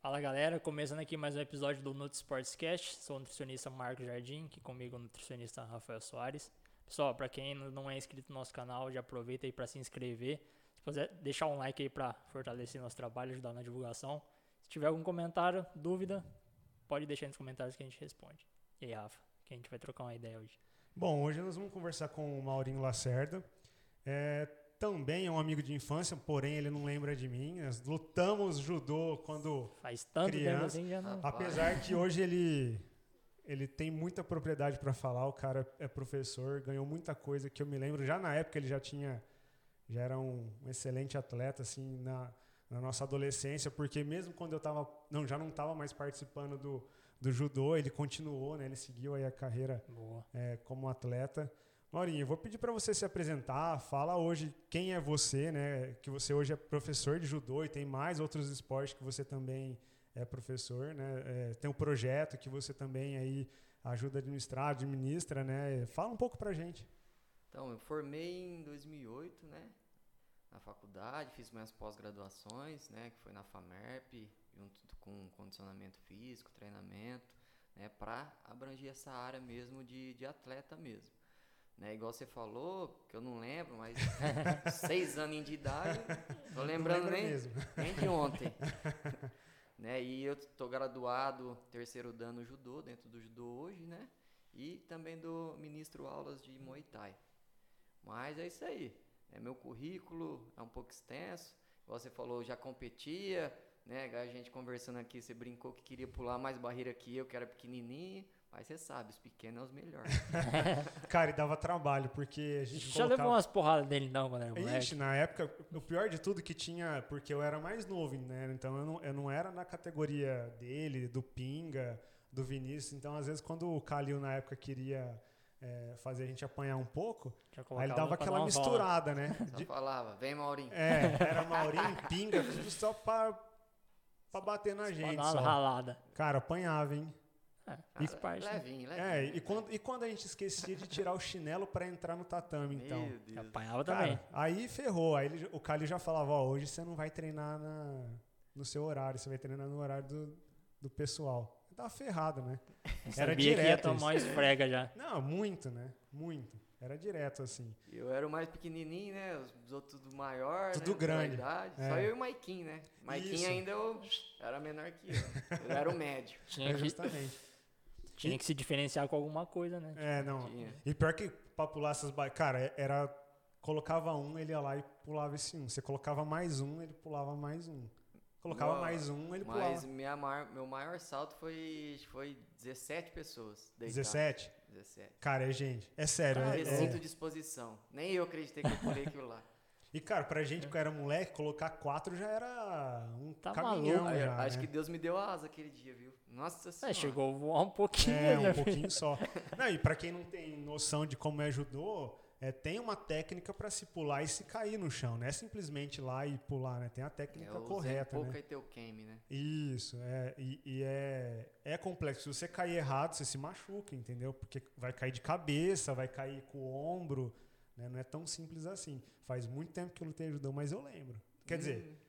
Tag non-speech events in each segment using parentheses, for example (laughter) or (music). Fala galera, começando aqui mais um episódio do Nutri Sports Cast. Sou o nutricionista Marcos Jardim, que comigo é o nutricionista Rafael Soares. Pessoal, para quem ainda não é inscrito no nosso canal, já aproveita aí para se inscrever. Se puder deixar um like aí para fortalecer nosso trabalho, ajudar na divulgação. Se tiver algum comentário, dúvida, pode deixar nos comentários que a gente responde. E aí, Rafa, que a gente vai trocar uma ideia hoje. Bom, hoje nós vamos conversar com o Maurinho Lacerda. É, também é um amigo de infância, porém ele não lembra de mim. Nós lutamos judô quando. Faz tanto tempo Criança. Ah. assim já não. Apesar que hoje ele, ele tem muita propriedade para falar, o cara é professor, ganhou muita coisa que eu me lembro. Já na época ele já tinha. Já era um, um excelente atleta, assim, na, na nossa adolescência, porque mesmo quando eu tava. Não, já não estava mais participando do, do judô, ele continuou, né? Ele seguiu aí a carreira Boa. é, como atleta. Maurinho, eu vou pedir para você se apresentar, fala hoje quem é você, né? Que você hoje é professor de judô e tem mais outros esportes que você também é professor, né? É, tem um projeto que você também aí ajuda a administrar, administra, né? Fala um pouco pra gente. Então, eu formei em 2008, né? Na faculdade, fiz minhas pós-graduações, né? Que foi na FAMERP, junto com condicionamento físico, treinamento, né? Pra abranger essa área mesmo de, de atleta mesmo. Né, igual você falou, que eu não (laughs) lembro, mas seis anos de idade, tô lembrando Não lembra nem, mesmo. nem de ontem. (laughs) né? E eu tô graduado terceiro dan no judô, dentro do judô hoje, né? E também do ministro aulas de Muay Thai. Mas é isso aí. né? meu currículo é um pouco extenso. Igual Você falou, eu já competia, né? A gente conversando aqui, você brincou que queria pular mais barreira que eu, que era pequenininho. Mas você sabe, os pequenos são os (laughs) melhores. Cara, e dava trabalho, porque a gente Já levou umas porradas dele não, quando era moleque? Ixi, na época, o pior de tudo que tinha, porque eu era mais novo, né? Então eu não, eu não era na categoria dele, do Pinga, do Vinícius. Então, às vezes, quando o Calil na época queria é, fazer a gente apanhar um pouco, Já aí ele colocava dava pra dar aquela uma volta. misturada, né? (laughs) Só De- falava, vem Maurinho. é, era Maurinho, Pinga, tudo só pra, pra bater na gente. Pra dar uma só. ralada. Cara, apanhava, hein? É, Ah, faz le- parte. né? levinho, levinho. É, né? e quando, e quando a gente esquecia de tirar o chinelo pra entrar no tatame, Meu então? Deus. Apanhava Cara, também. aí ferrou. Aí ele já- o Calil já falava, ó, hoje você não vai treinar na- no seu horário, você vai treinar no horário do, do pessoal. Tava ferrado, (laughs) né? Era Sabia que ia direto isso. tomar esfrega (laughs) já. Não, muito, né? Muito. Era direto, assim. Eu era o mais pequenininho, né? Os outros tudo maior, Tudo né? grande, Da idade. é. Só eu e o Maiquinho, né? Maiquinho Isso. ainda eu era menor que eu. Eu era o médio. Tinha que, (laughs) Justamente. tinha que se diferenciar com alguma coisa, né? É, não. Tinha. E pior que pra pular essas ba- Cara, é- era. Colocava um, ele ia lá e pulava esse um. Você colocava mais um, ele pulava mais um. Colocava Não, mais um, ele pulava. Mas minha maior- meu maior salto foi, foi 17 pessoas. deitadas. 17? 17. Cara, é gente. É sério, Cara, né? eu É- Recinto de exposição. Nem eu acreditei que eu pulei (laughs) aquilo lá. E, cara, pra gente que era moleque, colocar quatro já era um É. Tá caminhão maluco. Aí, já, acho né? que Deus me deu asa aquele dia, viu? Nossa É, senhora. chegou a voar um pouquinho, É, né? um (laughs) pouquinho só. Não, e pra quem não tem noção de como é judô, é, tem uma técnica pra se pular e se cair no chão. Não é simplesmente lá e pular, né? Tem a técnica eu usei correta, um pouco né? aí teu queime, né? Isso, é, e, e é, é complexo. Se você cair errado, você se machuca, entendeu? Porque vai cair de cabeça, vai cair com o ombro, né? Não é tão simples assim. Faz muito tempo que eu lutei judô, mas eu lembro. Quer dizer, Hum,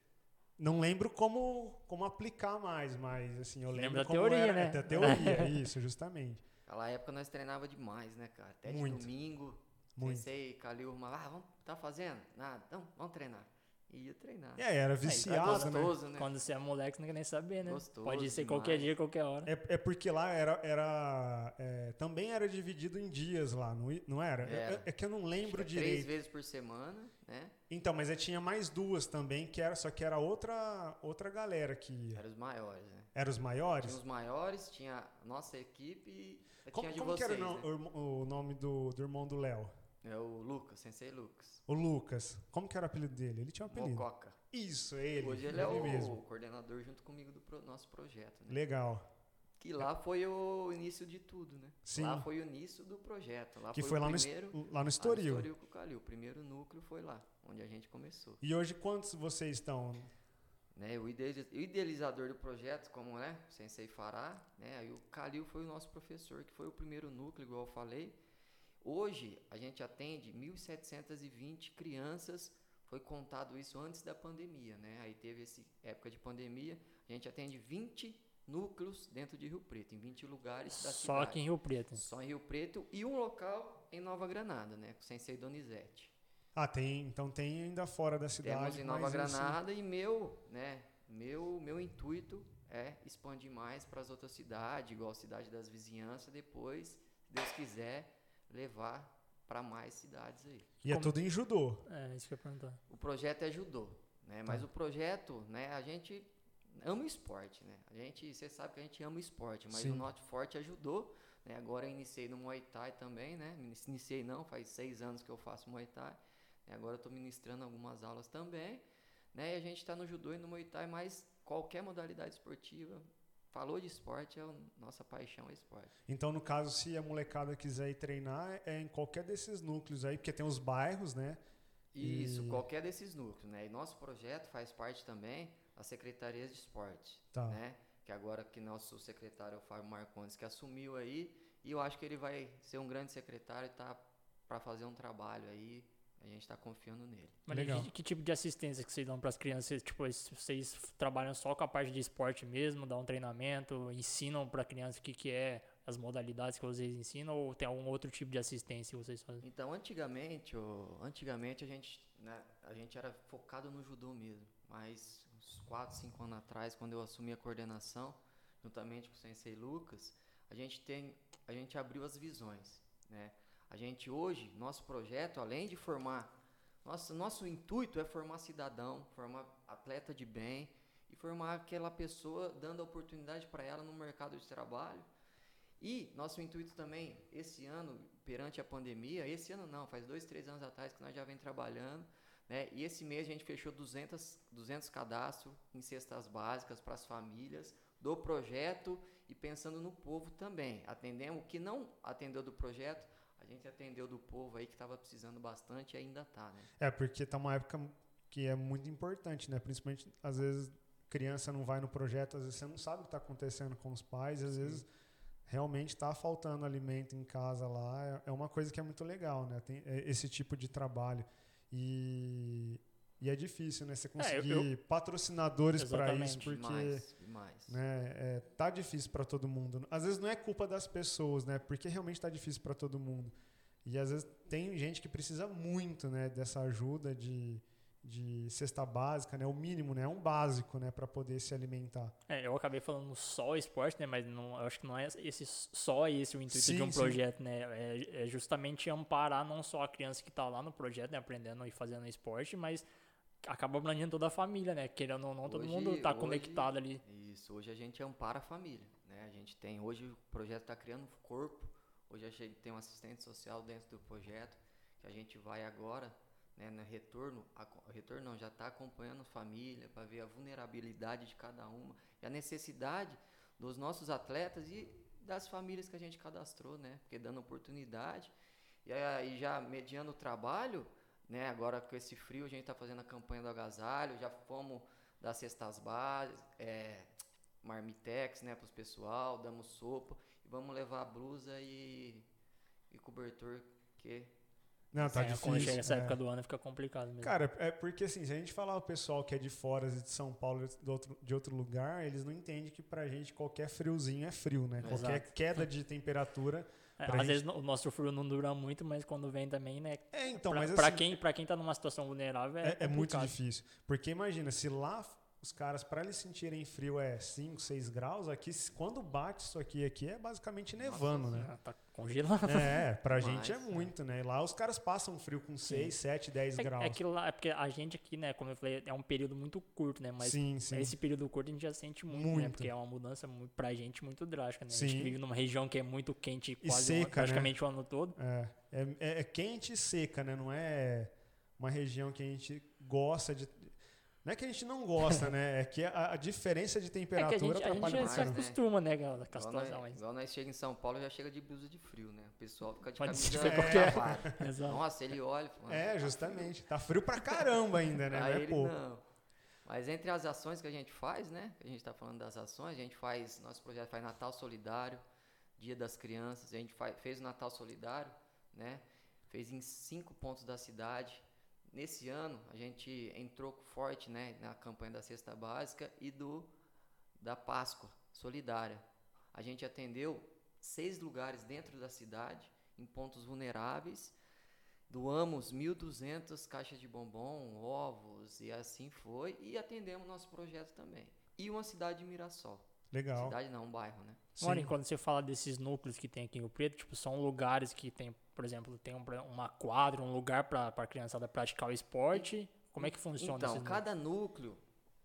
Não lembro como, como aplicar mais, mas assim, eu lembro Lembra a como teoria, era, né? é, da teoria, isso, justamente. Aquela época nós treinava demais, né, cara? Até Muito. de domingo. Muito. Pensei, Calil, mas lá, vamos, tá fazendo? Nada, então, vamos treinar. E ia treinar. E aí, era Era viciado, É, né? gostoso, né? Quando você é moleque, você não quer nem saber, né? Gostoso Pode ser demais. qualquer dia, qualquer hora. É, é porque lá era. era é, também era dividido em dias lá, não, i- não era? É- Era. É, é que eu não lembro Três direito. vezes por semana, né? Então, mas aí tinha mais duas também, que era, só que era outra, outra galera que ia. Eram os maiores, né? Eram os Tinha maiores? os maiores, tinha a nossa equipe e tinha Como, a de como que vocês, era o, no- né? o irmão- o nome do, do irmão do Léo? É o Lucas, sensei Lucas. O Lucas. Como que era o apelido dele? Ele tinha um apelido. Mococa. Isso, ele. Hoje ele é o mesmo. coordenador junto comigo do pro- nosso projeto, né? Legal. Que lá foi o início de tudo, né? Sim. Lá foi o início do projeto. Lá Que foi, foi o lá no, est- primeiro... lá no Estoril. Lá no com o Calil. O primeiro núcleo foi lá, onde a gente começou. E hoje quantos vocês estão? Né, o, ide- o idealizador do projeto, como é, o Sensei Fará, né, aí o Calil foi o nosso professor, que foi o primeiro núcleo, igual eu falei. Hoje, a gente atende 1.720 crianças, foi contado isso antes da pandemia, né? Aí teve essa época de pandemia, a gente atende 20 núcleos dentro de Rio Preto, em 20 lugares da Só cidade. aqui em Rio Preto. Só em Rio Preto e um local em Nova Granada, né? Com Sensei Donizete. Ah, tem. Então tem ainda fora da cidade. Temos em Nova mas assim, esse- Granada e meu, né? Meu, meu intuito é expandir mais para as outras cidades, igual a cidade das vizinhanças, depois, se Deus quiser, levar para mais cidades aí. E é Como- tudo em judô. É, isso que eu ia perguntar. O projeto é judô, né? Mas Tá. o projeto, né, a gente ama o esporte, né? A gente, você sabe que a gente ama o esporte, mas Sim. o Norte Forte ajudou, né? Agora eu iniciei no Muay Thai também, né? Mini- Iniciei não, faz seis anos que eu faço Muay Thai. né? Agora eu estou ministrando algumas aulas também, né? E a gente está no judô e no Muay Thai, mas qualquer modalidade esportiva, falou de esporte, é a nossa paixão é esporte. Então, no caso, se a molecada quiser ir treinar, é em qualquer desses núcleos aí, porque tem os bairros, né? Isso, E- qualquer desses núcleos, né? E nosso projeto faz parte também das secretarias de esporte. Tá. né? Que agora que nosso secretário é o Fábio Marcondes que assumiu aí, e eu acho que ele vai ser um grande secretário e tá para fazer um trabalho aí. A gente está confiando nele. Mas Legal. Que, que tipo de assistência que vocês dão para as crianças? Tipo, vocês- vocês trabalham só com a parte de esporte mesmo, dão um treinamento, ensinam para criança o que, que é as modalidades que vocês ensinam ou tem algum outro tipo de assistência que vocês fazem? Então, antigamente, ô, antigamente a gente, né, a gente era focado no judô mesmo, mas uns 4, 5 anos atrás, quando eu assumi a coordenação, juntamente com o Sensei Lucas, a gente tem, a gente abriu as visões, né? A gente hoje, nosso projeto, além de formar, nosso nosso intuito é formar cidadão, formar atleta de bem e formar aquela pessoa dando oportunidade para ela no mercado de trabalho e nosso intuito também, esse ano, perante a pandemia, esse ano não, faz dois, três anos atrás que nós já vem trabalhando, né? E esse mês a gente fechou 200, 200 cadastros em cestas básicas para as famílias do projeto e pensando no povo também. Atendemos o que não atendeu do projeto, a gente atendeu do povo aí que estava precisando bastante e ainda tá, né? É, porque tá uma época que é muito importante, né? Principalmente, às vezes, criança não vai no projeto, às vezes você não sabe o que tá acontecendo com os pais, às vezes realmente tá faltando alimento em casa lá. É- É uma coisa que é muito legal, né? Tem é, esse tipo de trabalho. E, e é difícil, né? Você conseguir patrocinadores para isso, Exatamente, porque. Demais, demais. né? É, tá difícil para todo mundo. Às vezes não é culpa das pessoas, né? Porque realmente tá difícil para todo mundo. E às vezes tem gente que precisa muito, né, dessa ajuda de, de cesta básica, né? O mínimo, né? É um básico, né, para poder se alimentar. É, eu acabei falando só esporte, né? Mas não, eu acho que não é esse só esse o intuito Sim, de um sim. projeto, né? É, é justamente amparar não só a criança que tá lá no projeto, né? Aprendendo e fazendo esporte, mas acaba abrangendo toda a família, né? Querendo ou não, todo Hoje- mundo tá hoje- conectado ali. Isso, hoje a gente ampara a família, né? A gente tem, hoje o projeto está criando um corpo, hoje a gente tem um assistente social dentro do projeto, que a gente vai agora, né, no retorno, aco- retorno não, já está acompanhando a família para ver a vulnerabilidade de cada uma e a necessidade dos nossos atletas e das famílias que a gente cadastrou, né? Porque dando oportunidade e aí já mediando o trabalho, né? Agora com esse frio a gente está fazendo a campanha do agasalho, já fomos das cestas básicas, é, marmitex, né, para os pessoal, damos sopa e vamos levar a blusa e, e cobertor que Não, tá É, Quando difícil. chega essa é. época do ano fica complicado mesmo. Cara, é porque assim, se a gente falar o pessoal que é de fora, de São Paulo, de outro, de outro lugar, eles não entendem que pra gente qualquer friozinho é frio, né? Qualquer Exato. queda de temperatura. É, pra às gente- vezes no- o nosso frio não dura muito, mas quando vem também, né? É, então, pra, mas assim, pra quem, pra quem tá numa situação vulnerável é, É, é muito complicado. difícil. Porque imagina, se lá f- os caras, para eles sentirem frio, é 5, 6 graus, aqui, se- quando bate isso aqui, aqui é basicamente nevando, né? Ah, Tá congelando. É, pra Demais, gente é muito, né? E lá os caras passam frio com 6, 7, 10 É, é graus. aquilo lá, é porque a gente aqui, né, como eu falei, é um período muito curto, né? Mas sim, sim. esse período curto a gente já sente muito, né? Muito. Porque é uma mudança muito, pra gente muito drástica, né? A Sim. gente vive numa região que é muito quente E quase o- seca, né? praticamente o ano todo. É, é- é- é quente e seca, né? Não é uma região que a gente gosta de. Não é que a gente não gosta, né? É que a, a diferença de É que a temperatura gente, a gente atrapalha já muito. se demais, né? acostuma, né, galera, com a Igual situação. nós, mas- igual nós chega em São Paulo, já chega de blusa de frio, né? O pessoal fica de Pode camisa ser qualquer- um. lavada. é. Exato. Nossa, ele olha e fala, É, justamente. Tá frio pra caramba (laughs) ainda, né? Não Pra é ele pouco. não. Mas entre as ações que a gente faz, né? que A gente está falando das ações, a gente faz, nosso projeto faz Natal Solidário, Dia das Crianças, a gente faz- fez o Natal Solidário, né? Fez em cinco pontos da cidade. Nesse ano a gente entrou forte, né, na campanha da cesta básica e do da Páscoa solidária. A gente atendeu seis lugares dentro da cidade em pontos vulneráveis. Doamos 1.200 caixas de bombom, ovos e assim foi. E atendemos nosso projeto também. E uma cidade de Mirassol. Legal. Cidade não, um bairro, né? Sim. Olha, quando você fala desses núcleos que tem aqui em Rio Preto, tipo, são lugares que tem, por exemplo, tem um pra- uma quadra, um lugar para a criançada praticar o esporte. Como é que funciona Então, esses cada núcleo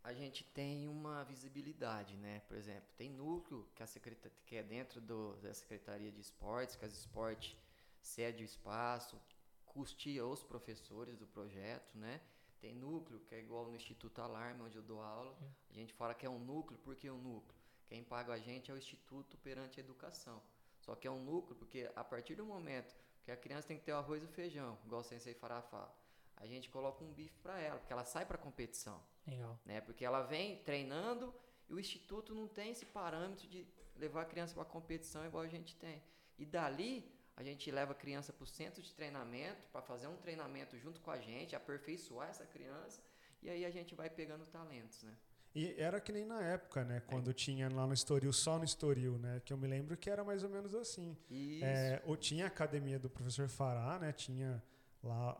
a gente tem uma visibilidade, né? Por exemplo, tem núcleo que, a secreta- que é dentro do- da Secretaria de Esportes, que as esporte cede o espaço, custeia os professores do projeto, né? Tem núcleo que é igual no Instituto Alarme, onde eu dou aula. A gente fala que é um núcleo, porque é um núcleo. Quem paga a gente é o Instituto perante a Educação. Só que é um núcleo, porque a partir do momento que a criança tem que ter o arroz e o feijão, igual o Sensei Fará fala, a gente coloca um bife para ela, porque ela sai para competição, Legal. né? Porque ela vem treinando e o instituto não tem esse parâmetro de levar a criança para competição igual a gente tem. E dali a gente leva a criança para o centro de treinamento para fazer um treinamento junto com a gente, aperfeiçoar essa criança e aí a gente vai pegando talentos, né? E era que nem na época, né? Quando tinha lá no Estoril, só no Estoril, né? Que eu me lembro que era mais ou menos assim. Isso. É, ou tinha a academia do professor Fará, né? Tinha lá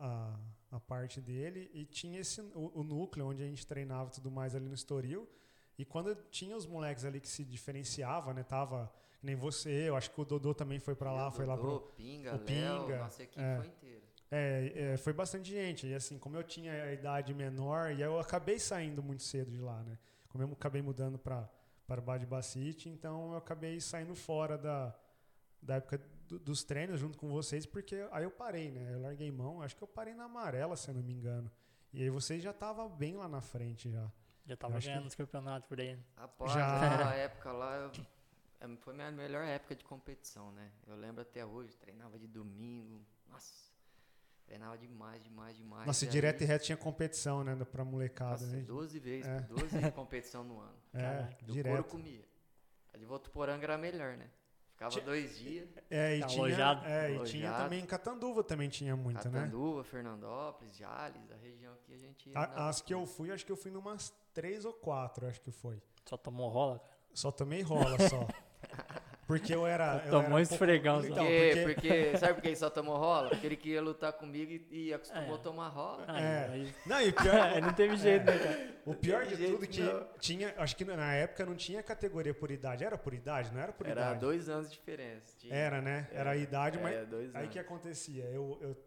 a, a parte dele e tinha esse o, o núcleo onde a gente treinava e tudo mais ali no Estoril. E quando tinha os moleques ali que se diferenciava, né? Tava que nem você, eu acho que o Dodô também foi pra lá, Leandro foi lá pro, Dodô, Pinga, o Léo, Pinga, nossa equipe é. foi inteira. É, é, foi bastante gente. E assim, como eu tinha a idade menor, e eu acabei saindo muito cedo de lá, né? Como eu acabei mudando para para Bad Bacite, então eu acabei saindo fora da, da época do- dos treinos junto com vocês, porque aí eu parei, né? Eu larguei mão, acho que eu parei na amarela, se eu não me engano. E aí vocês já estavam bem lá na frente já. Já tava acho que- ganhando os campeonatos por aí. Rapaz, Já. aquela época lá eu- eh, foi minha melhor época de competição, né? Eu lembro até hoje, treinava de domingo, nossa, treinava demais, demais, demais. Nossa, e direto e aí, é reto tinha competição, né? Pra molecada, nossa, né? 12 vezes, É. (laughs) 12 competição no ano. É, Caraca, Do couro direto. comia. A de Votuporanga era melhor, né? Ficava Tinha- dois (laughs) dias, É, e Tá tinha, alojado. é, e tinha Alojado. também Catanduva, também tinha muito, né? Catanduva, Fernandópolis, Jales, a região que a gente... A- andava as que eu muito. fui, acho que eu fui numas três ou quatro, acho que foi. Só tomou rola, cara. Só tomei rola (laughs) só. Porque eu era. Ah, eu Tomou era pouco- esfregão. Então, só. Porque, porque- porque, sabe por que ele só tomou rola? Porque ele queria lutar comigo e, e acostumou É. a tomar rola. Ah, é. aí- (laughs) Não, e o pior, Aí não teve jeito, né, cara? o pior de (laughs) Não tem jeito, tudo que não. tinha. Acho que na época não tinha categoria por idade. Era por idade? Não era por Era idade? dois anos de diferença. tinha. Era, né? Era a idade, É, mas. Era dois Aí anos. o que é acontecia? Eu, eu-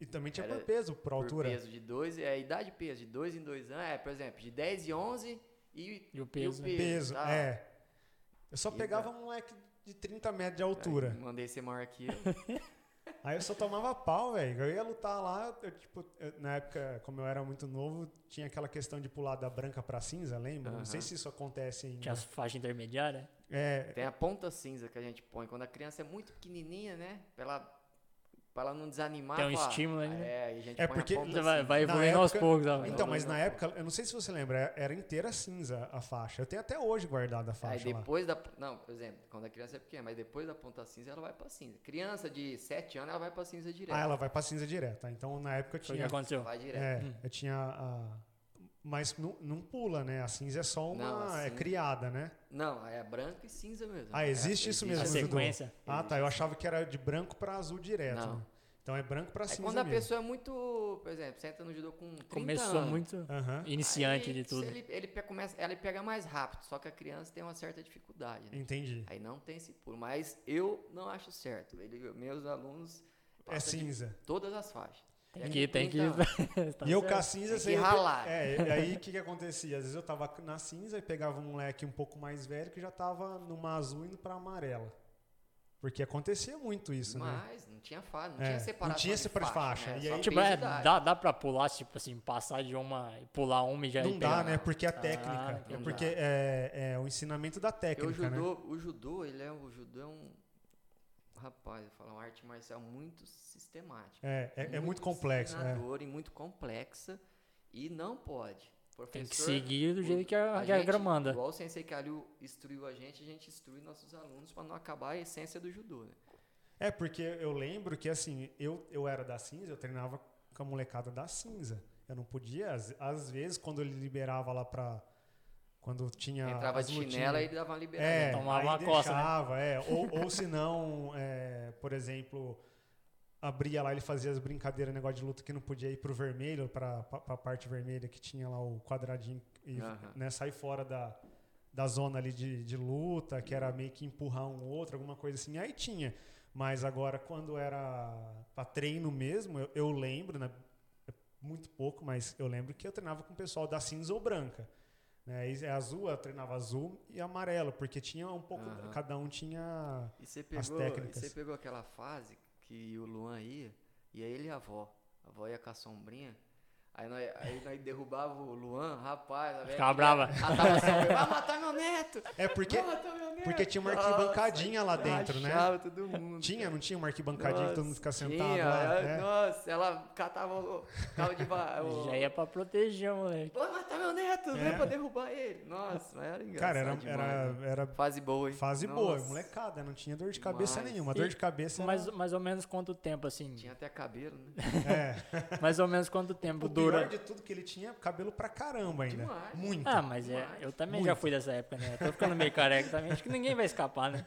E também tinha por Era peso, por Por altura. peso de dois, é a idade e peso, de dois em dois anos, é, por exemplo, de 10 e 11 e, E o peso, né? Peso, tá? é. Eu só E pegava da- um moleque de 30 metros de Aí, altura. mandei ser maior que eu. Aí eu só tomava pau, velho. Eu ia lutar lá, eu, tipo, eu- na época, como eu era muito novo, tinha aquela questão de pular da branca pra cinza, lembra? Não Aham. sei se isso acontece ainda. Tinha as faixas intermediárias. É, Tem a ponta cinza que a gente põe quando a criança é muito pequenininha, né? Pra ela, pra ela não desanimar. Tem um fala, estímulo ainda. É, aí a gente É põe porque- a ponta Você vai, cinza. vai Na evoluindo aos época- poucos. né? Então, mas na Não, não. época, eu não sei se você lembra, era- era inteira cinza a faixa. Eu tenho até hoje guardada a Aí faixa lá. depois da. Não, por exemplo, quando a criança é pequena, mas depois da ponta cinza ela vai pra cinza. Criança de 7 anos, ela vai pra cinza direto. Ah, ela vai pra cinza direto. tá? Então, na época Foi eu o que tinha. aconteceu. Vai direto. Hum. É, eu tinha a. Mas não, não pula, né? A cinza é só uma. Não, a É cinza- criada, né? Não, aí é branco e cinza mesmo. Ah, É, existe isso A mesmo, Judô? sequência. Ah, tá. Eu achava que era de branco pra azul direto. Não. né? Então é branco pra É cinza. quando a mesmo. pessoa é muito, por exemplo, você entra no judô com 30 Começou anos, muito Aham. iniciante aí de se tudo. Ele, ele pe- começa, ela pega mais rápido, só que a criança tem uma certa dificuldade. né? Entendi. Aí não tem esse pulo, mas eu não acho certo. Ele- meus alunos É passam de cinza. todas as faixas. Tem É que, com tem que. 30 (laughs) Tá e eu certo. com a cinza... Tem que você- ralar. É, e (laughs) aí o que, que acontecia? Às vezes eu tava na cinza e pegava um moleque um pouco mais velho que já tava numa azul indo pra amarela. Porque acontecia muito isso, né? mas não tinha faixa, não É, tinha não separação. tinha de separa- faixa, né? e Só aí- Tipo, é, fez idade. dá, dá pra pular, tipo assim, passar de uma e pular uma e já Não ir dá, pegando. né? Porque a Ah, técnica. é não porque dá. é, é o ensinamento da Porque técnica, o né? judô, o judô, ele é o judô é um rapaz, eu falo, é uma arte marcial muito sistemática. É, é, é muito complexo. É. ensinadora e muito complexa e não pode. Tem que Professor, seguir do jeito que a, que a gente, regra manda. Igual o Sensei Kalil instruiu a gente, a gente instrui nossos alunos para não acabar a essência do judô, né? É, porque eu lembro que assim, eu, eu era da cinza, eu treinava com a molecada da cinza. Eu não podia, às, às vezes, quando ele liberava lá pra. Quando tinha. Entrava Ah, as de lutinhas- chinela e dava uma liberada. É, Então, Tomava aí uma coça, né? deixava, é. Ou, ou se não, é, por exemplo, abria lá, ele fazia as brincadeiras, negócio de luta que não podia ir pro vermelho, pra, pra, pra parte vermelha que tinha lá o quadradinho e Aham. né, sair fora da, da zona ali de, de luta, que era meio que empurrar um outro, alguma coisa assim. Aí tinha. Mas agora, quando era pra treino mesmo, eu, eu lembro, né, muito pouco, mas eu lembro que eu treinava com o pessoal da cinza ou branca. Né? E é azul, eu treinava azul e amarelo, porque tinha um pouco. Aham. Cada um tinha. E você as pegou, e técnicas. você pegou aquela fase que o Luan ia, e aí ele e a avó. A avó ia com a sombrinha. Aí nós, aí nós derrubava o Luan, rapaz. a velha- Ficava brava. Atava a sombrinha, assim, vai matar meu neto! É porque, vai matar meu neto! porque tinha uma Nossa, arquibancadinha lá dentro, né? rachava todo mundo. Tinha, cara. não tinha uma arquibancadinha que todo mundo ficar sentado tinha, lá? ela- É. Nossa, ela catava o carro de ba- o- (laughs) Já ia pra proteger, moleque. Vai matar meu neto, né? É. Pra derrubar ele. Nossa, mas era engraçado. Cara, era, demais, era, né? era Fase boa, hein? fase boa, Nossa. molecada, não tinha dor de cabeça Demais. nenhuma. Dor de cabeça Mais, era, mais ou menos quanto tempo, assim? Tinha até cabelo, né? é. Mais ou menos quanto tempo O pior é dura? de tudo que ele tinha cabelo pra caramba ainda. Demais. Muito. Ah, mas é, Demais. eu também Muito. já fui dessa época, né? Eu tô ficando meio careca também. Acho que ninguém vai escapar, (laughs) né?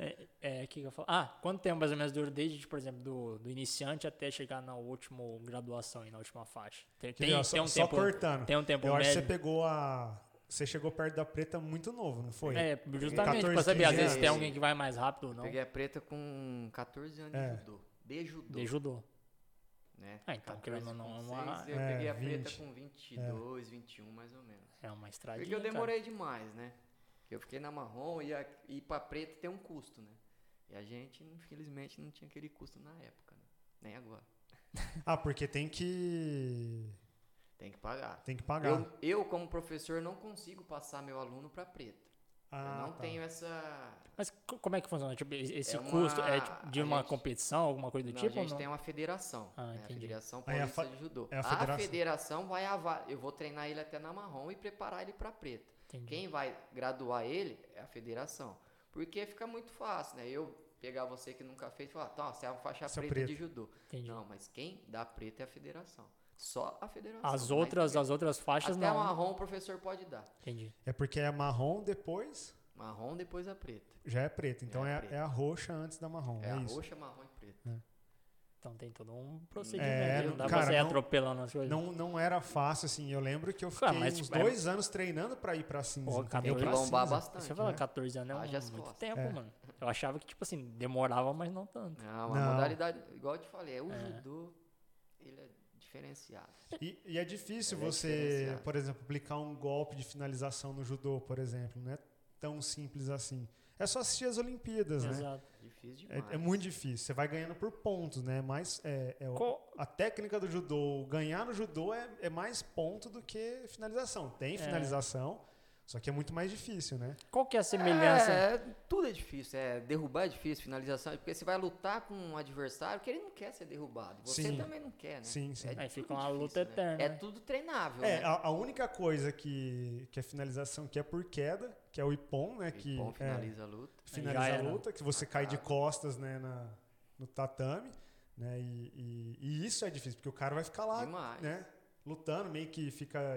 É, é, o que, que eu falo? Ah, quanto tempo mais ou menos dura desde, por exemplo, do, do iniciante até chegar na última graduação e na última faixa? Tem, Quer tem- ver, ó, tem só, um só tempo. cortando. Tem um tempo Eu acho que médio. você pegou a. Você chegou perto da preta muito novo, não foi? É, justamente 14, pra saber, às 15 vezes tem anos. alguém que vai mais rápido ou não. Peguei a preta com 14 anos É. de judô. De judô. De judô. né? Ah, então, querendo ou não, é uma- 14 com seis, Eu É, peguei a 20. preta com 22, 21 mais ou menos. É uma Tá estradinha. Porque eu cara. demorei demais, né? Eu fiquei na marrom e, a, e pra preta tem um custo, né? E a gente, infelizmente, não tinha aquele custo na época, né? Nem agora. Ah, porque tem que. Tem que pagar. Tem que pagar. Eu, eu, como professor, não consigo passar meu aluno pra preta. eu Ah, não tá. tenho essa. Mas co- como é que funciona? Tipo, e- esse É uma- custo é tipo, de a uma gente- competição, alguma coisa do Não, tipo? a ou gente não? tem um uma federação. Ah, né? A entendi. Federação Aí a Paulista fa- de Judô. é a a, federação. federação. vai avaliar. Eu vou treinar ele até na marrom e preparar ele pra preta. Entendi. Quem vai graduar ele é a federação. Porque fica muito fácil, né? Eu pegar você que nunca fez e falar, tá, você é uma faixa Você é preta, de preto." judô. Entendi. Não, mas quem dá preta é a federação. Só a federação. As mas é outras, as outras faixas Até a não. né? marrom o professor pode dar. Entendi. É porque é marrom depois Marrom, depois a preta. já é preta. Então É é, preta. é a roxa antes da marrom. É, É, a isso. roxa, marrom e preta. Então tem todo um procedimento. né? É, não dá pra cara, sair não- atropelando as coisas. Não, não era fácil, assim. Eu lembro que eu fiquei Cara, mas, uns tipo, é- dois anos treinando pra ir pra cinza. Pô, Eu cara, pra Tem que É pra lombar cinza. bastante. Você fala né? 14 anos é um- Haja as muito costas. tempo, É. mano. Eu achava que, tipo assim, demorava, mas não tanto. Não, a Não. modalidade, igual eu te falei, é o É. judô, ele é diferenciado. E, e é difícil É você, diferenciado. por exemplo, aplicar um golpe de finalização no judô, por exemplo. Não é tão simples assim. É só assistir as Olimpíadas, né? Exato. Difícil demais. É, é muito difícil. Você vai ganhando por pontos, né? Mas é, é o- Co- a técnica do judô, ganhar no judô é, é mais ponto do que finalização. Tem É. finalização, só que é muito mais difícil, né? Qual que é a semelhança? É, é, tudo é difícil. É, derrubar é difícil, finalização. é Porque você vai lutar com um adversário que ele não quer ser derrubado. Você Sim. também não quer, né? Sim, sim. Aí tudo fica uma luta né? eterna, É né? tudo treinável. É, né? a, a única coisa que, que é finalização que é por queda, que é o ipon, né? E Que bom, é, finaliza a luta. Já finaliza a era. luta, que você cai de Acaba. costas né, na- no tatame, né? E, e- e isso é difícil, porque o cara vai ficar lá, Demais. né? Lutando, meio que fica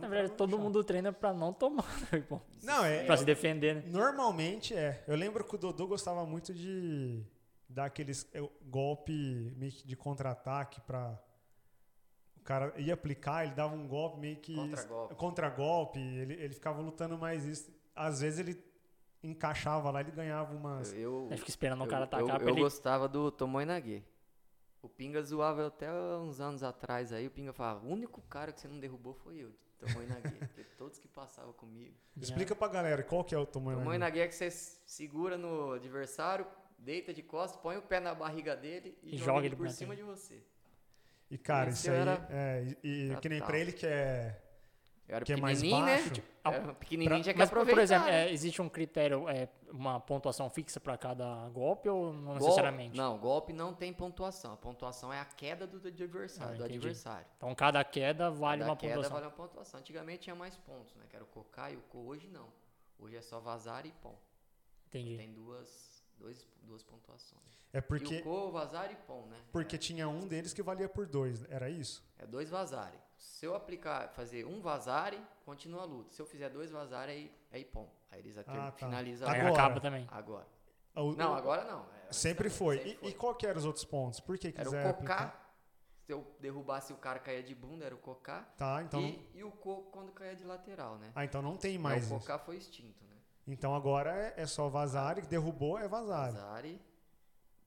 Na pra É, verdade, não todo deixar. mundo treina pra não tomar, (laughs) né, pô? Não, é, Pra se defender, né? Normalmente é. Eu lembro que o Dodô gostava muito de dar aqueles é, golpe meio que de contra-ataque pra. O cara ia aplicar, ele dava um golpe meio que. Contra-golpe. Contra-golpe, ele, ele ficava lutando mais isso. Às vezes ele encaixava lá, ele ganhava umas. Eu, Aí fica esperando o É. eu- cara eu, atacar pra eu ele. gostava do Tomoe Nage. O Pinga zoava eu até uns anos atrás aí. O Pinga falava: o único cara que você não derrubou foi eu, Tomoe Nage. Porque todos que passavam comigo. Explica pra galera qual que é o tamanho. Tomoe Nage é que você s- segura no adversário, deita de costas, põe o pé na barriga dele e, joga, ele por pra cima de você. E cara, Esse isso aí. era- É, e, e que nem Total. pra ele que é. Eu era Que é mais pequenininho, baixo. né? Ah, Era pequenininho Pra- tinha que mas, aproveitar. por exemplo, né? é, existe um critério, é, uma pontuação fixa pra cada golpe ou não Gol- necessariamente? Não, golpe não tem pontuação. A pontuação é a queda do adversário. Ah, do entendi. adversário. Então cada queda vale Cada uma queda pontuação. vale uma pontuação. Antigamente tinha mais pontos, né? Que era o cocá e o co. Hoje não. Hoje é só vazar e pão. Entendi. Tem duas Dois, duas pontuações. É E porque, o Ko, Vazar e Pon, né? porque tinha um deles que valia por dois, era isso? É dois vazare. Se eu aplicar, fazer um vazare, continua a luta. Se eu fizer dois vazare, aí, aí pom. Aí eles até Ah, tá. finalizam Aí Agora. acaba também. agora. O- Não, o- agora não. É, antes Sempre também, foi. sempre E, e qual que eram os outros pontos? Por que Era quiser o aplicar? cocá. Se eu derrubasse o cara caía de bunda, era o cocá. Tá, então, não- e, e o co quando caía de lateral, né? ah, então não tem Mas mais o isso. cocá foi extinto, né? Então agora é, é só vazar, e derrubou é vazar. Vazare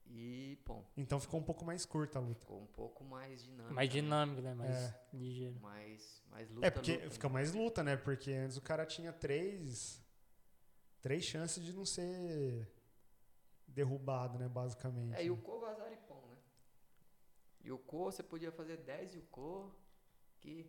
e pom. Então ficou um pouco mais curta a luta. Ficou um pouco mais dinâmico. Mais né? dinâmico, né? Mais É. ligeiro. Mais, mais luta, é, porque luta, né? fica mais luta, né? Porque antes o cara tinha três. Três chances de não ser derrubado, né? Basicamente. É, e o co, vazar e pão, né? E o co, você podia fazer 10 e o co, que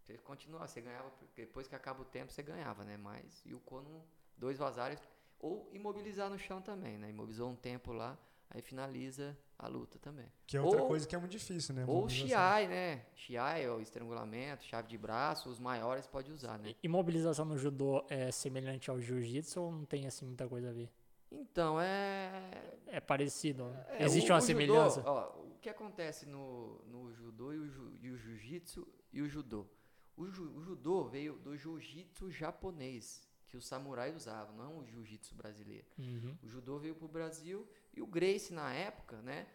você continuava, você ganhava, porque depois que acaba o tempo você ganhava, né? Mas, e o co, não, dois vazares, ou imobilizar no chão também, né? Imobilizou um tempo lá, aí finaliza a luta também. Que é outra ou- coisa que é muito difícil, né? Ou mobilização. chiai, né? Chiai, ou estrangulamento, chave de braço, os maiores pode usar, né? E- Imobilização no judô é semelhante ao jiu-jitsu ou não tem assim muita coisa a ver? Então, é... É parecido? É, Existe o- uma o judô, semelhança? ó, o que acontece no, no judô e o, ju- e o jiu-jitsu e o judô? O, ju- o judô veio do jiu-jitsu japonês, que o samurai usava, não o jiu-jitsu brasileiro. Uhum. O judô veio pro Brasil e o Grace, na época, né,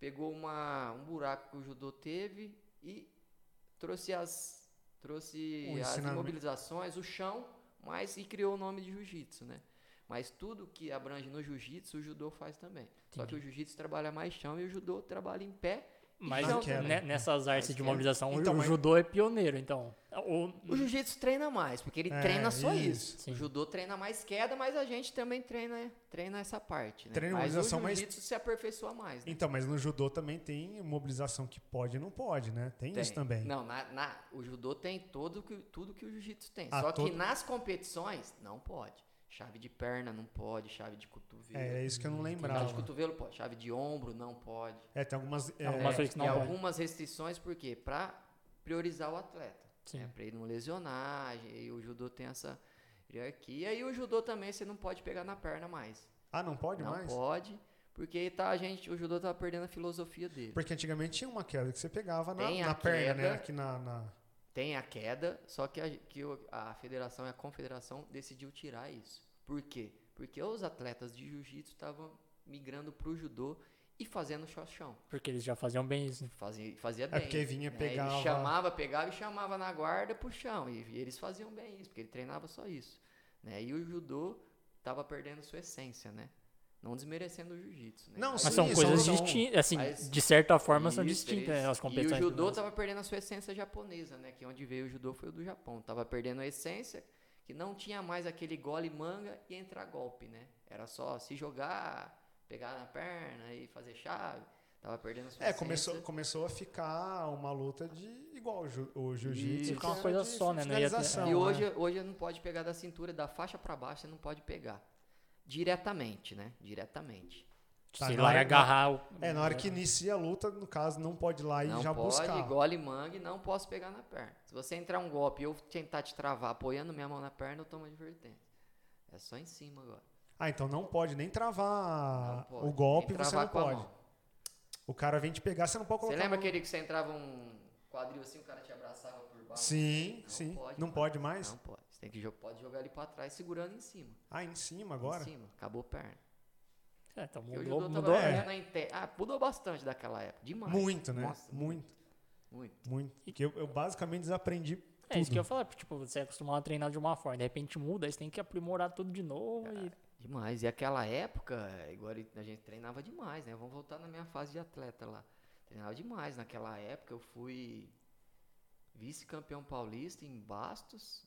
pegou uma, um buraco que o judô teve e trouxe as, trouxe O as ensinamento. imobilizações, o chão, mas e criou o nome de jiu-jitsu, né? Mas tudo que abrange no jiu-jitsu, o judô faz também. Só que o jiu-jitsu trabalha mais chão e o judô trabalha em pé. Mas Não, ne- quero. nessas artes Mas de quero. imobilização, o- Então, o mas- judô é pioneiro, então. Ou- O jiu-jitsu treina mais, porque ele Hum. É, treina só isso. isso. Sim. O judô treina mais queda, mas a gente também treina, treina essa parte, né? Treina mas o imobilização, mas- jiu-jitsu se aperfeiçoa mais, né? Então, mas no judô também tem mobilização que pode e não pode, né? Tem, isso Tem. também. Não, na, na- o judô tem todo que, tudo que o jiu-jitsu tem. Ah, Só todo- que nas competições, não pode. Chave de perna não pode, chave de cotovelo. É, é isso que eu não chave de lembrava. cotovelo pode, chave de ombro não pode. É, tem algumas. é, Algumas coisas que não e pode. algumas restrições, por quê? Pra priorizar o atleta. Sim. Né? Pra ele não lesionar. E o judô tem essa hierarquia. E o judô também você não pode pegar na perna mais. Ah, não pode não mais? pode. Porque tá, a gente, o judô tá perdendo a filosofia dele. Porque antigamente tinha uma queda que você pegava na, Tem a na perna, né? queda. Aqui na. na- Tem a queda, só que a, que o- a federação e a confederação decidiu tirar isso. Por quê? Porque os atletas de jiu-jitsu estavam migrando pro judô e fazendo chão. Porque eles já faziam bem isso. Fazia, fazia É bem. porque vinha, né? pegava- Ele chamava, pegava e chamava na guarda pro chão. E, e eles faziam bem isso, porque ele treinava só isso. Né? E o judô tava perdendo sua essência, né? Não desmerecendo o jiu-jitsu. Né? Não, Mas Mas Sim, é são são- coisas são- distintas, assim, mas- de certa forma são Isso, distintas isso. né, as competições. E o judô tá- mas- estava perdendo a sua essência japonesa, né? Que onde veio o judô foi o do Japão. Tava perdendo a essência que não tinha mais aquele gole manga e entrar golpe, né? Era só se jogar, pegar na perna e fazer chave. Tava perdendo a sua É, essência. começou, começou a ficar uma luta de igual o ju- o jiu-jitsu. Isso. que Ficar uma era coisa de só, né? Não ia ter- finalização, Então, E né? hoje, hoje não pode pegar da cintura, da faixa para baixo, você não pode pegar. Diretamente, né? Diretamente. Tá, sei na lá, hora- é agarrar o. É, na hora que inicia a luta, no caso, não pode ir lá e não já pode, buscar. gole mangue, não posso pegar na perna. Se você entrar um golpe e eu tentar te travar apoiando minha mão na perna, eu tomo advertência. É só em cima agora. Ah, então não pode nem travar Não pode. Ah, o golpe, Tem que você travar não com a pode. mão. O cara vem te pegar, você não pode Você colocar. lembra a mão- aquele que você entrava um quadril assim, o cara te abraçava por baixo? Sim, Não sim. pode não mais. pode mais? Não pode. Você tem que jo- pode jogar ele pra trás segurando em cima. Ah, em cima Em agora? cima. Acabou a perna. É, então Porque o mudou, judô tá mudou. tava né? é. ganhando a inte- Ah, mudou bastante daquela época. Demais. Muito, né? Nossa, muito, Muito. muito. Porque eu, eu basicamente desaprendi É, isso que tudo. eu ia falar, porque, tipo, você é acostumado a treinar de uma forma, de repente muda, aí você tem que aprimorar tudo de novo e tipo, Demais. E aquela época, agora a gente treinava demais, né? Vamos voltar na minha fase de atleta lá. Treinava demais. Naquela época eu fui vice-campeão paulista em Bastos,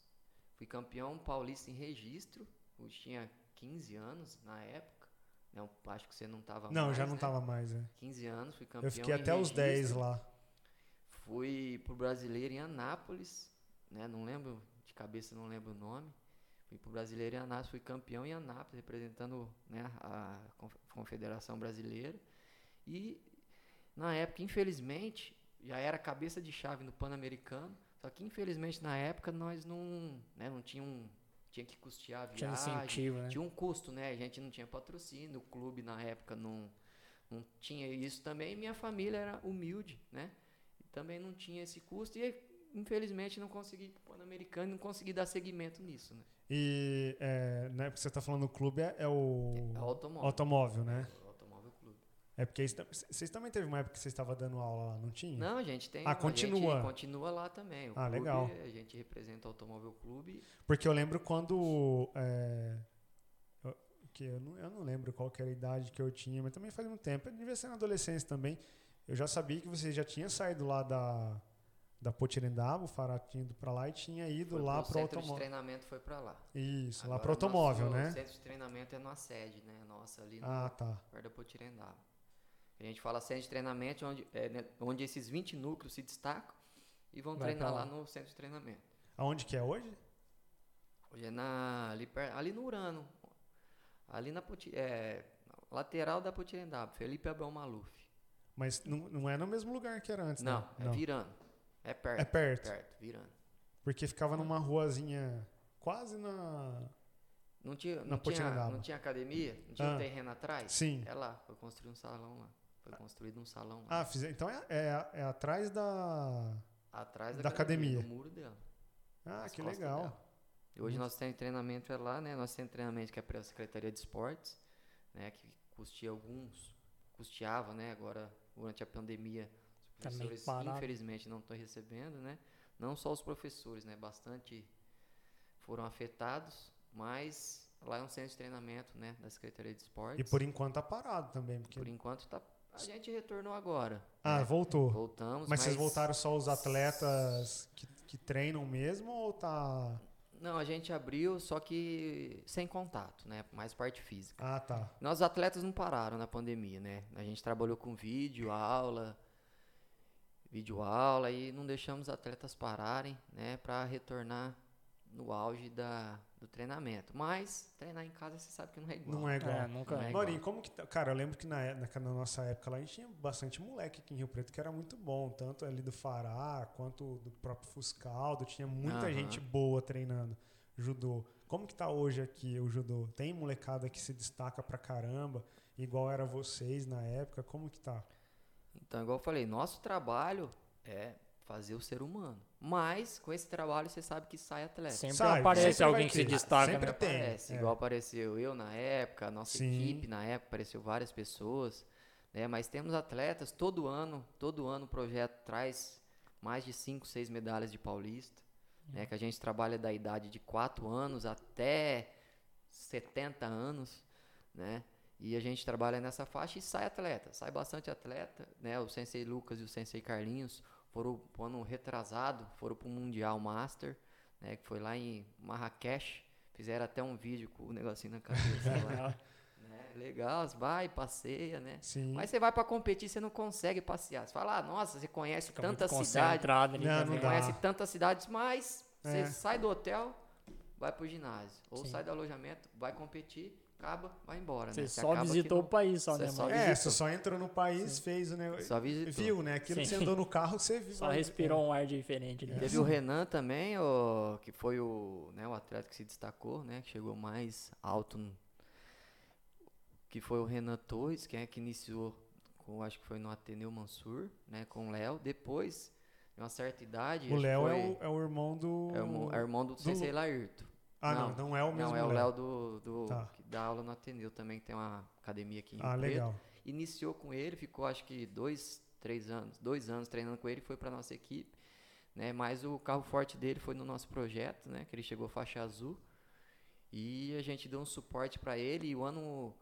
fui campeão paulista em registro. Eu tinha 15 anos na época. Não, acho que você não tava Não, eu já mais, não né? tava mais, é. 15 anos, fui campeão Eu fiquei em até os 10 registro. lá. Fui pro brasileiro em Anápolis, né? Não lembro, de cabeça não lembro o nome. Fui pro brasileiro em Anápolis, fui campeão em Anápolis, representando né, a Conf- Confederação Brasileira. E na época, infelizmente, já era cabeça de chave no Pan-Americano. Só que infelizmente na época nós não, né, não tinha um tinha que custear a viagem. Tinha incentivo, É. né? Tinha um custo, né? A gente não tinha patrocínio, o clube na época não, não tinha isso também. Minha família era humilde, né? E também não tinha esse custo e infelizmente não consegui ir pro Pan-Americano, não consegui dar seguimento nisso, né? E é, na época que você está falando o clube é, é o. É automóvel. automóvel, né? O automóvel clube. É porque isso tam- c- vocês também teve uma época que vocês estavam dando aula lá, não tinha? Não, a gente tem. Ah, a gente continua. continua lá também. O Ah, clube, legal. A gente representa o Automóvel Clube. Porque eu lembro quando. é, eu- que eu, não, eu não lembro qual que era a idade que eu tinha, mas também faz um tempo. Eu devia ser na adolescência também. Eu já sabia que você já tinha saído lá da, da Potirendaba, o Fará tinha ido pra lá e tinha ido Foi lá pro pro centro de automóvel. treinamento foi para lá. Isso, lá Agora, pro automóvel, nosso né? centro de treinamento é nossa sede, né? Nossa, ali no Ah, tá. Guarda Potirendaba. A gente fala centro de treinamento, onde, é, né, onde esses 20 núcleos se destacam e vão Vai treinar pra lá. lá no centro de treinamento. Aonde que é hoje? Hoje é na, ali, per- ali no Urano. Ali na Poti- é, lateral da Potirendaba, Felipe Abel Maluf. Mas não, não é no mesmo lugar que era antes, Não, né? é virando. É perto. É perto. perto, virando. Porque ficava numa ruazinha quase na. Não tinha, Na não tinha, Potirendaba. não tinha academia? Não tinha Ah. um terreno atrás? Sim. É lá, foi construído um salão lá. Foi construído um salão lá. Ah, fize- então é, é, é atrás da. atrás da, da academia. do muro dela. Ah, nas que costas legal. dela. E Uhum. hoje nosso centro de treinamento é lá, né? Nosso centro de treinamento que é pela Secretaria de Esportes, né? Que custia alguns, custeava, né? Agora, durante a pandemia, os Tá meio professores, parado. infelizmente, não estão recebendo, né? Não só os professores, né? Bastante foram afetados, mas lá é um centro de treinamento, né? Da Secretaria de E Esportes. por enquanto tá parado também. Porque... Por enquanto, tá, a gente retornou agora. Ah, né? voltou. Voltamos, Mas vocês voltaram só os atletas que, que treinam mesmo ou tá. Não, a gente abriu, só que sem contato, né? Mais parte física. Ah, tá. Nós atletas não pararam na pandemia, né? A gente trabalhou com vídeo, aula, vídeo aula e não deixamos os atletas pararem, né, para retornar no auge da, do treinamento. Mas treinar em casa você sabe que não é igual. Não é igual. É, nunca. Não é igual. Maurinho, como que. tá- Cara, eu lembro que na, é- na, na nossa época lá a gente tinha bastante moleque aqui em Rio Preto que era muito bom, tanto ali do Fará quanto do próprio Fuscaldo. Tinha muita Aham. gente boa treinando judô. Como que tá hoje aqui o judô? Tem molecada que se destaca pra caramba, igual era vocês na época? Como que tá? Então, igual eu falei, nosso trabalho é fazer o ser humano. Mas com esse trabalho você sabe que sai atleta. Sempre Sai, aparece sempre vai alguém que se ter. destaca, Sempre né? tem. Aparece, é. igual apareceu eu na época, a nossa Sim. equipe na época, apareceu várias pessoas, né? Mas temos atletas todo ano, todo ano o projeto traz mais de 5, 6 medalhas de paulista, Uhum. né? Que a gente trabalha da idade de 4 anos até 70 anos, né? E a gente trabalha nessa faixa e sai atleta, sai bastante atleta, né? O Sensei Lucas e o Sensei Carlinhos foram pro ano retrasado, foram pro Mundial Master, né? Que foi lá em Marrakech, fizeram até um vídeo com o negocinho na cabeça (laughs) lá. né? Legal, vai, passeia, né? Sim. Mas você vai pra competir, você não consegue passear. Você fala, ah, nossa, você conhece Fica muito tanta cidade, concentrado ali Não, também. né? você dá. conhece tantas cidades, mas É. você sai do hotel, vai pro ginásio. Ou Sim. sai do alojamento, vai competir, acaba, vai embora. Você né? só acaba que visitou não- o país, só, Você né, só mano? visitou. É, você só entrou no país, fez o negócio. Só visitou. Viu, né? Aquilo que você Sim. andou no carro, você viu. É. Só respirou um ar diferente. Né? Teve o Renan também, o, que foi o, né, o atleta que se destacou, né? Que chegou mais alto. no- Que foi o Renan Torres, que é que iniciou, com, acho que foi no Ateneu Mansur, né? Com o Léo. Depois, de uma certa idade. O acho que Léo é foi- o, é o irmão do. é o irmão- é o irmão do, Sensei Lairto. Ah, não, não, é o mesmo. Não, é o Léo do, do- Tá. que dá aula no Ateneu também, que tem uma academia aqui em Rio Ah, Preto. legal. Iniciou com ele, ficou acho que dois, três anos, dois anos treinando com ele, foi para nossa equipe, né? Mas o carro forte dele foi no nosso projeto, né? Que ele chegou faixa azul e a gente deu um suporte para ele. E o ano, o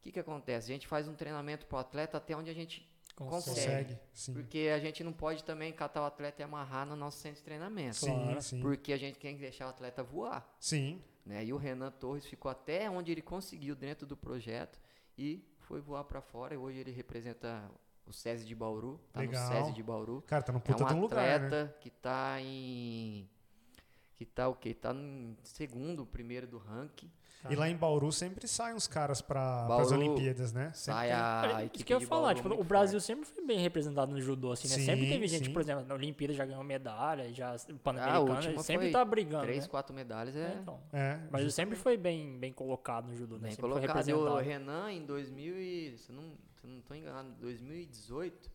que que acontece? A gente faz um treinamento pro atleta até onde a gente Consegue. Consegue, sim. porque a gente não pode também catar o atleta e amarrar no nosso centro de treinamento. Sim, Claro. sim. Porque a gente tem que deixar o atleta voar Sim. né? E o Renan Torres ficou até onde ele conseguiu dentro do projeto e foi voar para fora. E hoje ele representa o SESI de Bauru, tá Legal. no SESI de Bauru. Cara, tá no puta é um de atleta um lugar, né? que tá em que que tá o quê? Tá em segundo, primeiro do ranking. E lá em Bauru sempre saem uns caras para as Bauru Olimpíadas, né? Sempre Sai tem- a Cara, equipe isso que eu de ia falar, Bauru tipo, o muito Brasil forte. sempre foi bem representado no judô, assim, né? Sim, sempre teve gente, sim. por exemplo, na Olimpíada já ganhou medalha, já pan-americana, Ah, última sempre foi tá brigando, Três, né? quatro medalhas é, É, então. É, O Brasil sempre foi bem, bem colocado no judô, né? bem Sempre foi colocado. E o representado. Renan, em 2000 e, se eu não, se eu não tô enganado, 2018,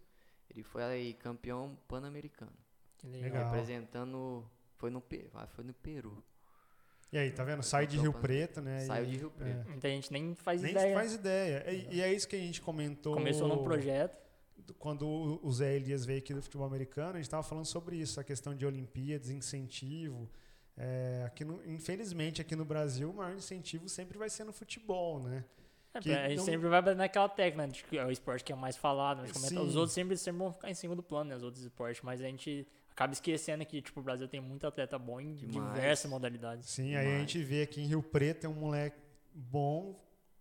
ele foi aí campeão pan-americano. Que Legal. Representando, foi no, Pe- ah, foi no Peru. E aí, tá vendo? Sai de Rio Preto, né? Saiu E- de Rio Preto. Muita gente nem faz Nem ideia. faz ideia. E, e é isso que a gente comentou. Começou num projeto. Quando o- o Zé Elias veio aqui do futebol americano, a gente estava falando sobre isso, a questão de Olimpíadas, incentivo. É, aqui no- infelizmente, aqui no Brasil, o maior incentivo sempre vai ser no futebol, né? É, que a gente não- sempre vai naquela técnica, né, de que é o esporte que é mais falado, mais comentado. Os Sim. outros sempre, sempre vão ficar em segundo plano, né? Os outros esportes, mas a gente acaba esquecendo que, tipo, o Brasil tem muito atleta bom em Demais. diversas modalidades. Sim, aí a Demais. gente vê aqui em Rio Preto é um moleque bom,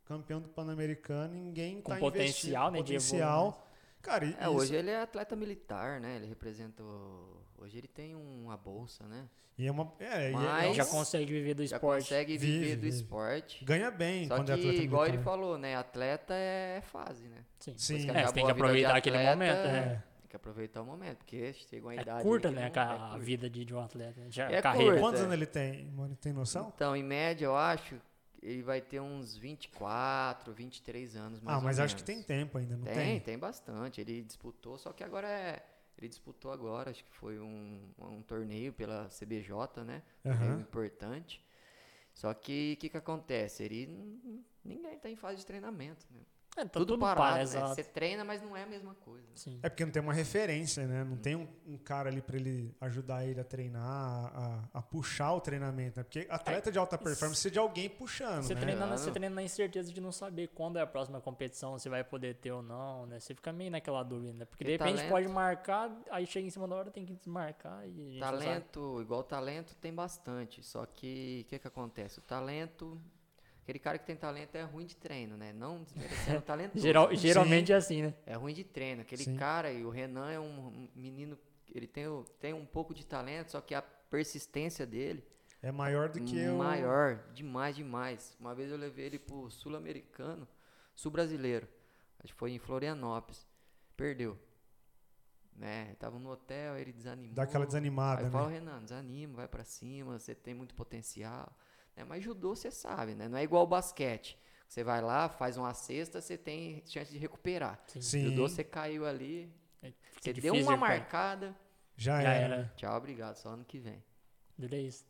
campeão do Pan-Americano, ninguém Com tá potencial, investindo, né, de evoluir, potencial. Cara, e É, isso- hoje ele é atleta militar, né? Ele representa. o- Hoje ele tem uma bolsa, né? e é uma, é, e é- Mas- Já consegue viver do Já esporte. consegue Vive, viver do vive. esporte. ganha bem Só quando que, é atleta igual ele militar. falou, né? Atleta é fase, né? Sim. Sim. Depois É, você acabou tem que a vida de aproveitar aquele atleta, momento, né? É. Tem que aproveitar o momento, porque chegou a É idade. curta, aí que né, não- cara, é a curta. vida de, de um atleta. né? Já, É carreira. curta. Quantos é. anos ele tem, mano? Tem noção? Então, em média, eu acho que ele vai ter uns 24, 23 anos mais ah, ou mas acho que menos. tem tempo ainda, não tem? Tem, tem, bastante. Ele disputou, só que agora é. Ele disputou agora, acho que foi um, um torneio pela CBJ, né? Torneio Aham. importante. Só que o que, que acontece? Ele. n- Ninguém tá em fase de treinamento, né? É, tá Tudo, tudo parado, parado, né? tá exato. Você treina, mas não é a mesma coisa. Sim. É porque não tem uma referência, né? Uhum. Não tem um, um cara ali pra ele ajudar ele a treinar, a, a puxar o treinamento, né? Porque atleta de alta performance precisa de alguém puxando, É. Você né? treina, na- Claro. você treina na incerteza de não saber quando é a próxima competição, se vai poder ter ou não, né? Você fica meio naquela dúvida, né? Porque de E repente talento? pode marcar, aí chega em cima da hora, tem que desmarcar e a gente não sabe. Talento, igual talento, tem bastante. Só que o que, que acontece? O talento. Aquele cara que tem talento é ruim de treino, né? Não desmerecendo o talentoso. Geral- né? geralmente é assim, né? É ruim de treino. Aquele Sim. cara, e o Renan é um um menino. Ele tem, o- tem um pouco de talento, só que a persistência dele É maior do que o. maior, demais, demais. Uma vez eu levei ele pro sul-americano, sul-brasileiro. Acho que foi em Florianópolis. Perdeu. Né? Tava no hotel, ele desanimou. Dá aquela desanimada, Uhum. Aí eu falo, né? Renan, desanima, vai pra cima, você tem muito potencial. Né? Mas judô você sabe, né? Não é igual basquete. Você vai lá, faz uma cesta, você tem chance de recuperar. Sim, Judô você caiu ali, Fica você deu Hum? difícil, uma cara. marcada. já, Já era. era. Tchau, obrigado, só ano que vem. Dura isso.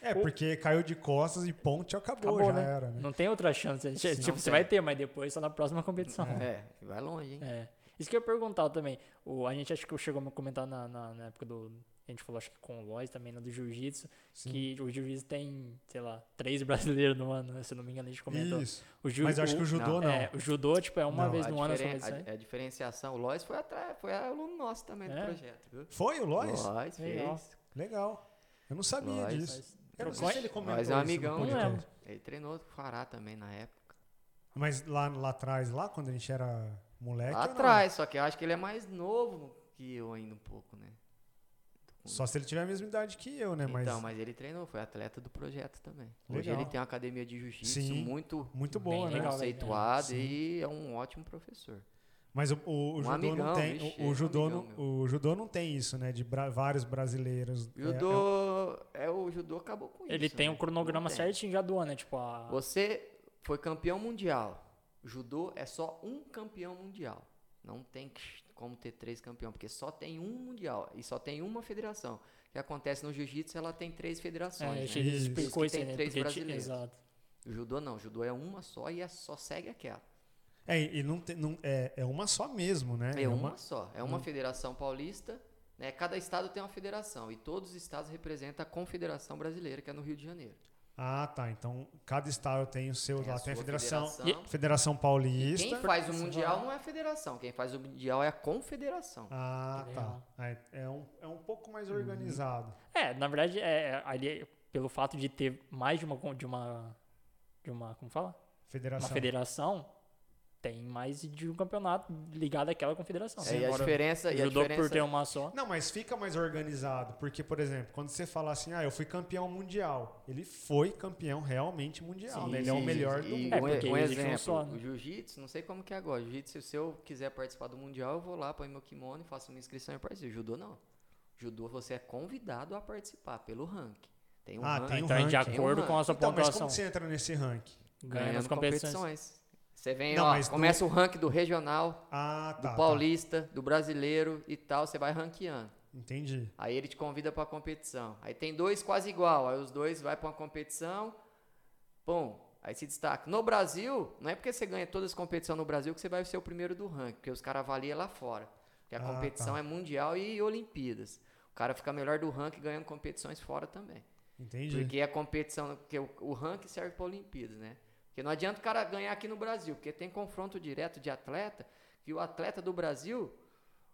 É, porque caiu de costas e ponte acabou, Acabou, já né? era, né? Não tem outra chance. né? Sim, tipo, não você tem. vai ter, mas depois só na próxima competição. É, vai longe, hein? É. Isso que eu ia perguntar também. O, a gente acho que chegou a me comentar na, na, na época do. A gente falou, acho que com o Lois também, né, do Jiu-Jitsu, Sim. que o Jiu-Jitsu tem, sei lá, três (laughs) brasileiros no ano, né? Se eu não me engano, a gente comentou. Isso. O jiu- Mas eu acho que o judô não. É, o judô, tipo, é uma Não, vez a no ano essa diferen- competição. a, a diferenciação, o Lois foi atrás, foi aluno nosso também do É? projeto, viu? Foi o Lois? Lois Legal. fez. Legal. Eu não sabia Lois. disso. Eu não sei Trocou- se ele comentou Lois isso é um no amigão, Não podcast. lembro. Ele treinou com o Fará também na época. Mas lá, lá atrás, lá quando a gente era moleque. Lá ou É não? atrás, só que eu acho que ele é mais novo que eu ainda um pouco, né? Só se ele tiver a mesma idade que eu, né? Mas, Então, mas ele treinou, foi atleta do projeto também. Hoje Legal. ele tem uma academia de jiu-jitsu Sim, muito, muito Bem boa, bem né? legal. conceituada né? e é um ótimo professor. Mas o, o- o Um judô não amigão, tem. vixe, o, o é um judô amigão não, o judô não tem isso, né? De bra- vários brasileiros. É, é- Judô, é, o judô acabou com isso. Ele tem um né? cronograma Não tem. certinho já do ano, né? Tipo, a... Você foi campeão mundial. Judô é só um campeão mundial. Não tem que- como ter três campeões, porque só tem um mundial e só tem uma federação. O que acontece no jiu-jitsu, ela tem três é, a federações. gente né? Isso. explicou Diz isso que aí, tem né? três porque ti- brasileiros. Exato. O judô não, o judô é uma só e é só segue aquela. é, e não tem- não- é, é uma só mesmo, né? É, É uma, só. É uma federação paulista. Né? Cada estado tem uma federação e todos os estados representam a Confederação Brasileira, que é no Rio de Janeiro. Ah, tá. Então, cada estado tem o seu. Tem lá a tem a sua federação. federação. Federação Paulista. Quem faz o mundial não é a federação, quem faz o mundial é a confederação. Ah, Que tá. legal. Aí É um, é um pouco mais Uhum. organizado. É, na verdade, é, ali, pelo fato de ter mais de uma. con- De uma, de uma como fala? Federação. Uma federação, tem mais de um campeonato ligado àquela confederação. É, e a Agora, diferença. E a judô por ter um diferença uma só. Não, mas fica mais organizado, porque, por exemplo, quando você fala assim, ah, eu fui campeão mundial, ele foi campeão realmente mundial, Sim, né? Ele é o sim, melhor sim. do E mundo. É, um, porque um existe um exemplo, só, né? o jiu-jitsu, não sei como que é agora. O jiu-jitsu, se eu quiser participar do mundial, eu vou lá, ponho meu kimono e faço minha inscrição e participo. Judô não. Judô você é convidado a participar pelo ranking. Tem um Ah, ranking. tem um Então, de ranking. acordo Tem um com a sua Então, mas pontuação, como você entra nesse ranking? ganha as competições. É Você vem, Não, ó, mas do- começa o ranking do regional, Ah, do tá. tá. paulista, do brasileiro e tal, você vai ranqueando. Entendi. Aí ele te convida pra competição. Aí tem dois quase igual, aí os dois vai pra uma competição. Bom, aí se destaca. No Brasil, não é porque você ganha todas as competições no Brasil que você vai ser o primeiro do ranking, porque os caras avaliam lá fora. Porque a Ah, competição tá. é mundial e Olimpíadas. O cara fica melhor do ranking ganhando competições fora também. Entendi. Porque a competição, porque o, o ranking serve para Olimpíadas, né? Porque não adianta o cara ganhar aqui no Brasil, porque tem confronto direto de atleta, que o atleta do Brasil,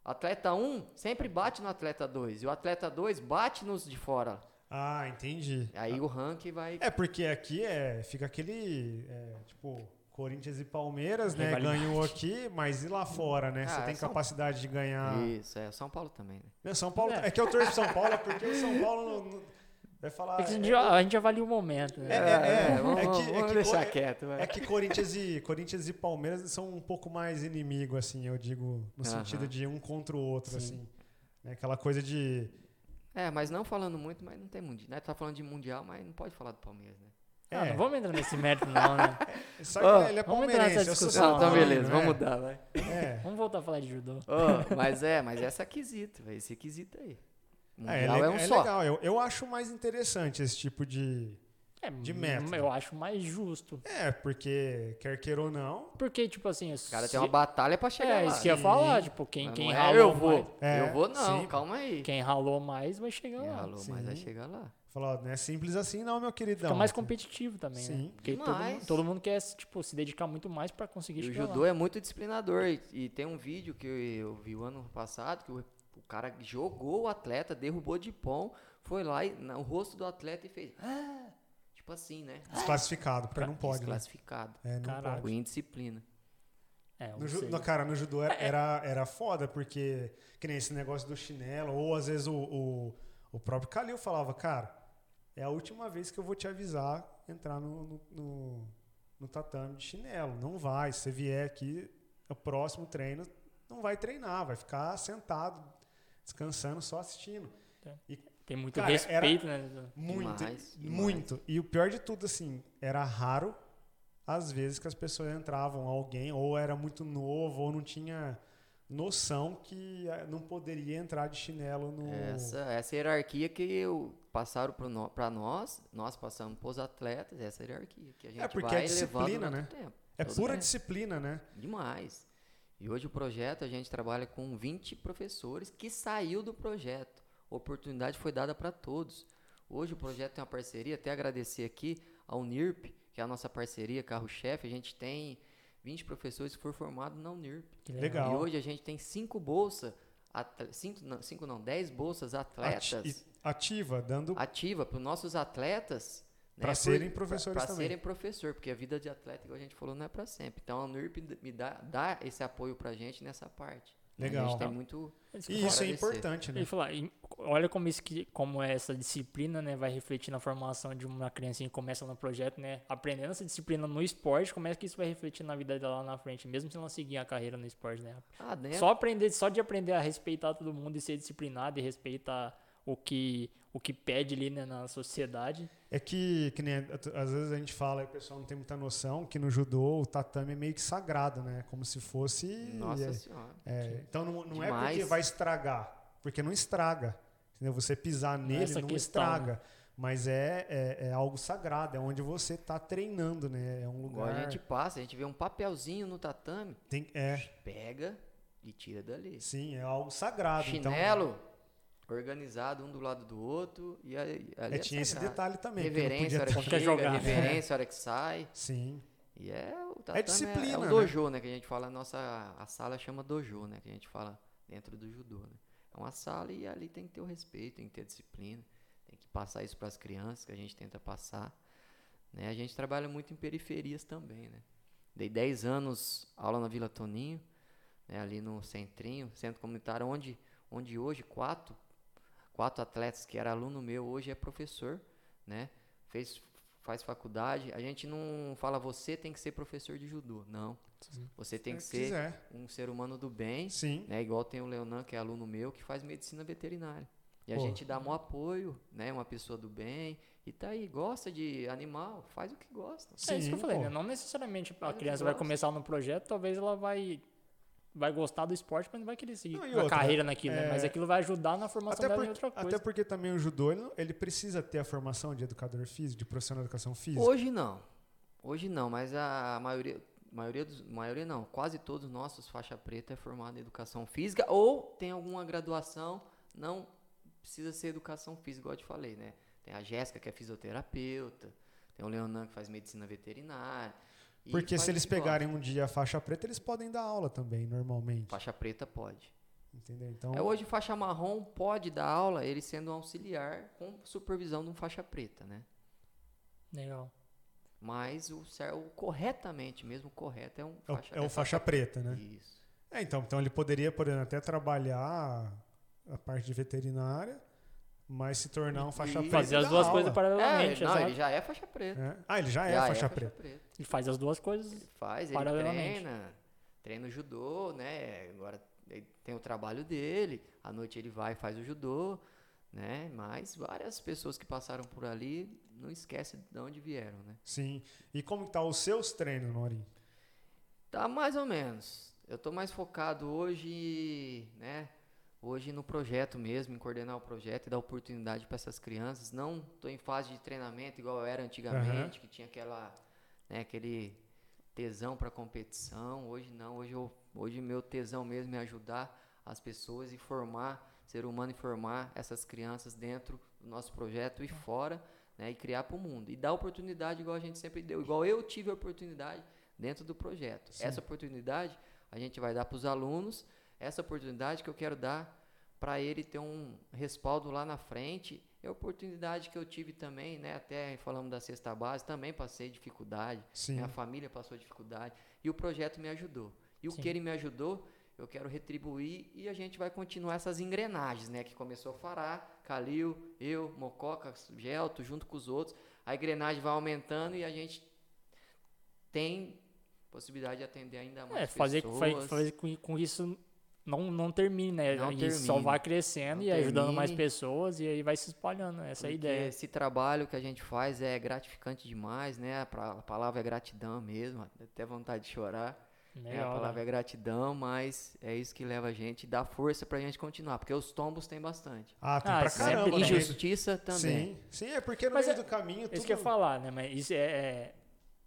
atleta 1 sempre bate no atleta 2, e o atleta 2 bate nos de fora. Ah, entendi. Aí o ranking vai É, porque aqui é, fica aquele, é, tipo, Corinthians e Palmeiras, né? Rivalidade. Ganhou aqui, mas e lá fora, né? Você Ah, tem São- capacidade de ganhar... Isso, é, São Paulo também, né? Né, São Paulo... É. É. que eu torço pro São Paulo, é porque o São Paulo... não- não- Vai falar... É que a gente já- a gente avalia o momento, né? É, é, é. vamos, É que- vamos- é vamos que- deixar é- quieto, vai. É que Corinthians e, Corinthians e Palmeiras são um pouco mais inimigo, assim, eu digo, no Aham. sentido de um contra o outro, assim. Né, Aquela coisa de. É, mas não falando muito, mas não tem mundial, né? Tá falando de mundial, mas não pode falar do Palmeiras, né? Ah, É, não vamos entrar nesse mérito, não, né? sabe, Ó, né, ele é vamos entrar nessa palmeirense. Eu sou discussão, São Não, então Paulo, beleza, né? vamos mudar, vai. (laughs) É. Vamos voltar a falar de judô. Ô, mas é, mas essa é quesito, velho, esse quesito aí. É, é, Mundial é, le- um é só. legal. Eu, eu acho mais interessante esse tipo de. É, De método. Eu acho mais justo. É, porque quer queira ou não. Porque, tipo assim... O cara se- tem uma batalha pra É, chegar lá. isso que eu ia Sim. falar. Tipo, quem, Mas quem não é, ralou eu vou. mais... É, eu vou não, sim. calma aí. Quem ralou mais vai chegar Quem lá. ralou mais vai Sim. chegar lá. Falar, ó, não é simples assim, não, meu queridão. Fica mais competitivo também, né? Sim. Porque todo Demais. mundo, todo mundo quer tipo, se dedicar muito mais pra conseguir E o chegar judô lá. é muito disciplinador. E, e tem um vídeo que eu vi o ano passado que o, o cara jogou o atleta, derrubou de pão, foi lá e, no rosto do atleta e fez. "Ah", Tipo assim, né? Desclassificado, porque não pode. Né? Desclassificado. É, não Caraca. pode. Por indisciplina. É, eu No ju- sei. É, no- cara, no judô era, era, era foda, porque que nem esse negócio do chinelo, ou às vezes o, o, o próprio Kalil falava, cara, é a última vez que eu vou te avisar entrar no, no, no- no tatame de chinelo. Não vai, se você vier aqui, é o próximo treino não vai treinar, vai ficar sentado, descansando, só assistindo. Tem muito Cara, era- respeito, né? Muito, Demais, demais. muito. E o pior de tudo, assim, era raro as vezes que as pessoas entravam, alguém ou era muito novo ou não tinha noção que ah, não poderia entrar de chinelo no... Essa, essa hierarquia que eu, passaram pro no- pra nós, nós passamos pros atletas, essa hierarquia. Que a gente porque é vai disciplina, levando durante né? o tempo. É Tudo pura bem. disciplina, né? Demais. E hoje o projeto, a gente trabalha com 20 professores que saiu do projeto. Oportunidade foi dada para todos. Hoje o projeto tem uma parceria, até agradecer aqui ao NIRP, que é a nossa parceria, carro-chefe. A gente tem 20 professores que foram formados na UNIRP. Que Legal. E hoje a gente tem 5 bolsas, 5 não, cinco não, 10 bolsas atletas Ah, Ati- e- ativa, dando... ativa para os nossos atletas né, Pra por- serem professores pra- pra também. serem professor, porque a vida de atleta, igual a gente falou, não é para sempre. Então a NURP d- me dá, dá esse apoio para gente nessa parte. Né, A Legal. gente tem muito. E isso é agradecer. importante, né? Ele falou, "E olha como, isso que- como é essa disciplina, né, vai refletir na formação de uma criancinha que começa no projeto, né, aprendendo essa disciplina no esporte, como é que isso vai refletir na vida dela lá na frente, mesmo se ela não seguir a carreira no esporte, né. Ah, dentro. Só aprender, só de aprender a respeitar todo mundo e ser disciplinado e respeitar o que, o que pede ali, né, na sociedade. É que, que nem, às vezes a gente fala, e o pessoal não tem muita noção, que no judô o tatame é meio que sagrado, né? Como se fosse... Nossa é- Senhora. É, então não, não é Demais. porque vai estragar, porque não estraga. entendeu? Você pisar nele essa não questão, estraga. Mas é, é, é algo sagrado, é onde você está treinando, né? É um Igual lugar. a gente passa, a gente vê um papelzinho no tatame, tem, é, pega e tira dali. sim, é algo sagrado. então, Chinelo, organizado um do lado do outro. E aí, ali é, tinha esse sagrado. detalhe também. que não Reverência, a hora podia (laughs) que Só quer chega, jogar, né? reverência, a hora que sai. Sim. E é o tatame, É, disciplina, o né? dojo, né? Que a gente fala, a nossa a sala chama dojo, né? Que a gente fala dentro do judô, né? É uma sala e ali tem que ter o respeito, tem que ter disciplina, tem que passar isso para as crianças que a gente tenta passar, né? A gente trabalha muito em periferias também, né? Dei 10 anos aula na Vila Toninho, né, ali no centrinho, centro comunitário, onde, onde hoje quatro, quatro atletas que era aluno meu, hoje é professor, né? Fez, faz faculdade. A gente não fala você tem que ser professor de judô, não. Sim. Você tem que Se ser É quiser. um ser humano do bem, Sim. né? Igual tem o Leonan, que é aluno meu, que faz medicina veterinária. E a Pô. gente dá maior apoio, né? Uma pessoa do bem. E tá aí, gosta de animal, faz o que gosta. Sim, é isso que eu falei, pô. né? Não necessariamente a Mas criança eu vai gosto. começar no projeto, talvez ela vai vai gostar do esporte, mas não vai querer seguir Não, e uma outra, carreira naquilo, é, né? Mas aquilo vai ajudar na formação Até dela por- em outra Até coisa. porque também o judô, ele, não- ele precisa ter a formação de educador físico, de profissional de educação física. Hoje não. Hoje não, mas a maioria, maioria dos, maioria não, quase todos os nossos faixa preta é formado em educação física ou tem alguma graduação, não precisa ser educação física, igual eu te falei, né? Tem a Jéssica que é fisioterapeuta, tem o Leonan que faz medicina veterinária. e porque faz se o eles que gosta. pegarem um dia a faixa preta, eles podem dar aula também, normalmente. faixa preta pode. Entendeu? Então, É, hoje faixa marrom pode dar aula, ele sendo um auxiliar com supervisão de um faixa preta, né? Legal. Mas o, cer- o corretamente mesmo, o correto é um é o, faixa é o faixa preta, né? Isso. É, então, então ele poderia, por exemplo, até trabalhar a parte de veterinária, mas se tornar um faixa E- preta. Fazer e as dar duas aula. coisas paralelamente, É, não, exato. ele já é faixa preta. É. Ah, ele já é Já faixa preta. Ele faz as duas coisas. Ele faz, ele Paralelamente. treina, treina o judô, né? Agora ele tem o trabalho dele, à noite ele vai e faz o judô, né? Mas várias pessoas que passaram por ali não esquece de onde vieram, né? Sim. E como que tá os seus treinos, Maurinho? Tá mais ou menos. Eu tô mais focado hoje, né? Hoje no projeto mesmo, em coordenar o projeto e dar oportunidade para essas crianças. Não tô em fase de treinamento igual eu era antigamente, que tinha aquela, né, aquele tesão para competição. Hoje não, hoje eu, hoje meu tesão mesmo é ajudar as pessoas e formar ser humano e formar essas crianças dentro do nosso projeto e fora, né, e criar para o mundo e dar oportunidade igual a gente sempre deu, igual eu tive a oportunidade dentro do projeto. Sim. Essa oportunidade a gente vai dar para os alunos, essa oportunidade que eu quero dar para ele ter um respaldo lá na frente. É a oportunidade que eu tive também, né? Até falamos da cesta base, também passei dificuldade, Sim. minha família passou dificuldade e o projeto me ajudou. E o Sim. que ele me ajudou, eu quero retribuir e a gente vai continuar essas engrenagens, né? Que começou Fará, Calil, eu, Mococa, Gelto, junto com os outros. A engrenagem vai aumentando e a gente tem possibilidade de atender ainda mais É, fazer, fa- pessoas. fazer com, com isso não, não termine, né? Não e só termine. vai crescendo Não e ajudando mais termine. pessoas e aí vai se espalhando. Essa é a Porque ideia. Esse trabalho que a gente faz é gratificante demais, né? A pra- a palavra é gratidão mesmo, dá até vontade de chorar. né? a Legal, palavra né? é gratidão, mas é isso que leva a gente, dá força pra gente continuar, porque os tombos tem bastante. Ah, tem Ah, pra isso é caramba. bem né? justo Injustiça também. Sim. Sim, é porque no Mas meio é- do caminho tudo... Isso que eu ia falar, né? Mas isso é, é-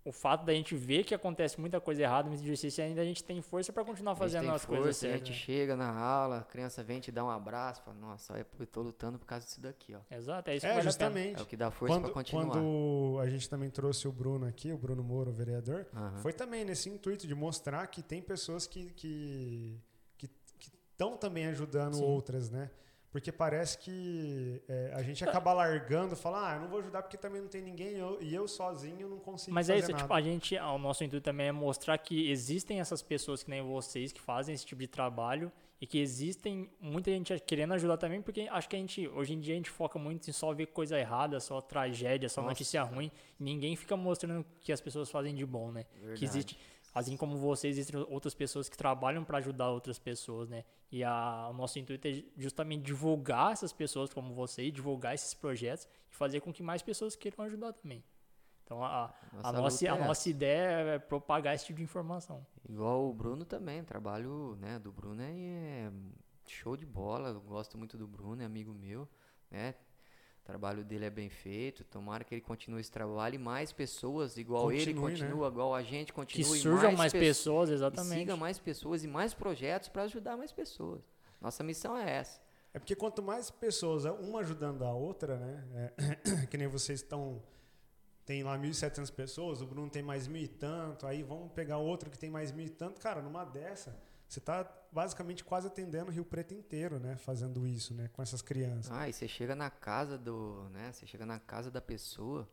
O fato da gente ver que acontece muita coisa errada no exercício ainda a gente tem força pra continuar A gente Tá fazendo tem as força, é coisas a certas. né? gente chega na aula, a criança vem te dar um abraço, fala, nossa, olha, pô, eu tô lutando por causa disso daqui, ó. Exato, é isso que É, vale É justamente. o que dá força pra Quando, continuar. quando a gente também trouxe o Bruno aqui, o Bruno Moro, o vereador, Aham. foi também nesse intuito de mostrar que tem pessoas que estão que, que, que tão também ajudando Sim. outras, né? Porque parece que é, a gente acaba largando, fala, ah, eu não vou ajudar porque também não tem ninguém eu- e eu sozinho não a consigo pena. Mas é fazer isso, nada. tipo, a gente, ah, o nosso intuito também é mostrar que existem essas pessoas que nem vocês que fazem esse tipo de trabalho e que existem muita gente querendo ajudar também, porque acho que a gente, hoje em dia a gente foca muito em só ver coisa errada, só tragédia, só Nossa, notícia ruim, e ninguém fica mostrando o que as pessoas fazem de bom, né? que Verdade. existe, assim como você, existem outras pessoas que trabalham para ajudar outras pessoas, né? E a, o nosso intuito é justamente divulgar essas pessoas como você, e divulgar esses projetos e fazer com que mais pessoas queiram ajudar também. Então a, a- a nossa, luta a é nossa ideia é propagar esse tipo de informação. Igual o Bruno também, o trabalho né, do Bruno é é show de bola, eu gosto muito do Bruno, é amigo meu, né? O trabalho dele é bem feito, tomara que ele continue esse trabalho e mais pessoas igual ele Continue, né? continua, igual a gente Que continue. surjam mais, pesso- pessoas, E exatamente. siga mais pessoas e mais projetos para ajudar mais pessoas. Nossa missão é essa. É porque quanto mais pessoas, é uma ajudando a outra, né? é, (clears throat) que nem vocês estão. Tem lá 1.700 pessoas, o Bruno tem mais mil e tanto, aí vamos pegar outro que tem mais mil e tanto. Cara, numa dessa, você tá basicamente quase atendendo o Rio Preto inteiro, né? Fazendo isso, né? Com essas crianças. Ah, e você chega na casa do, né? Você chega na casa da pessoa.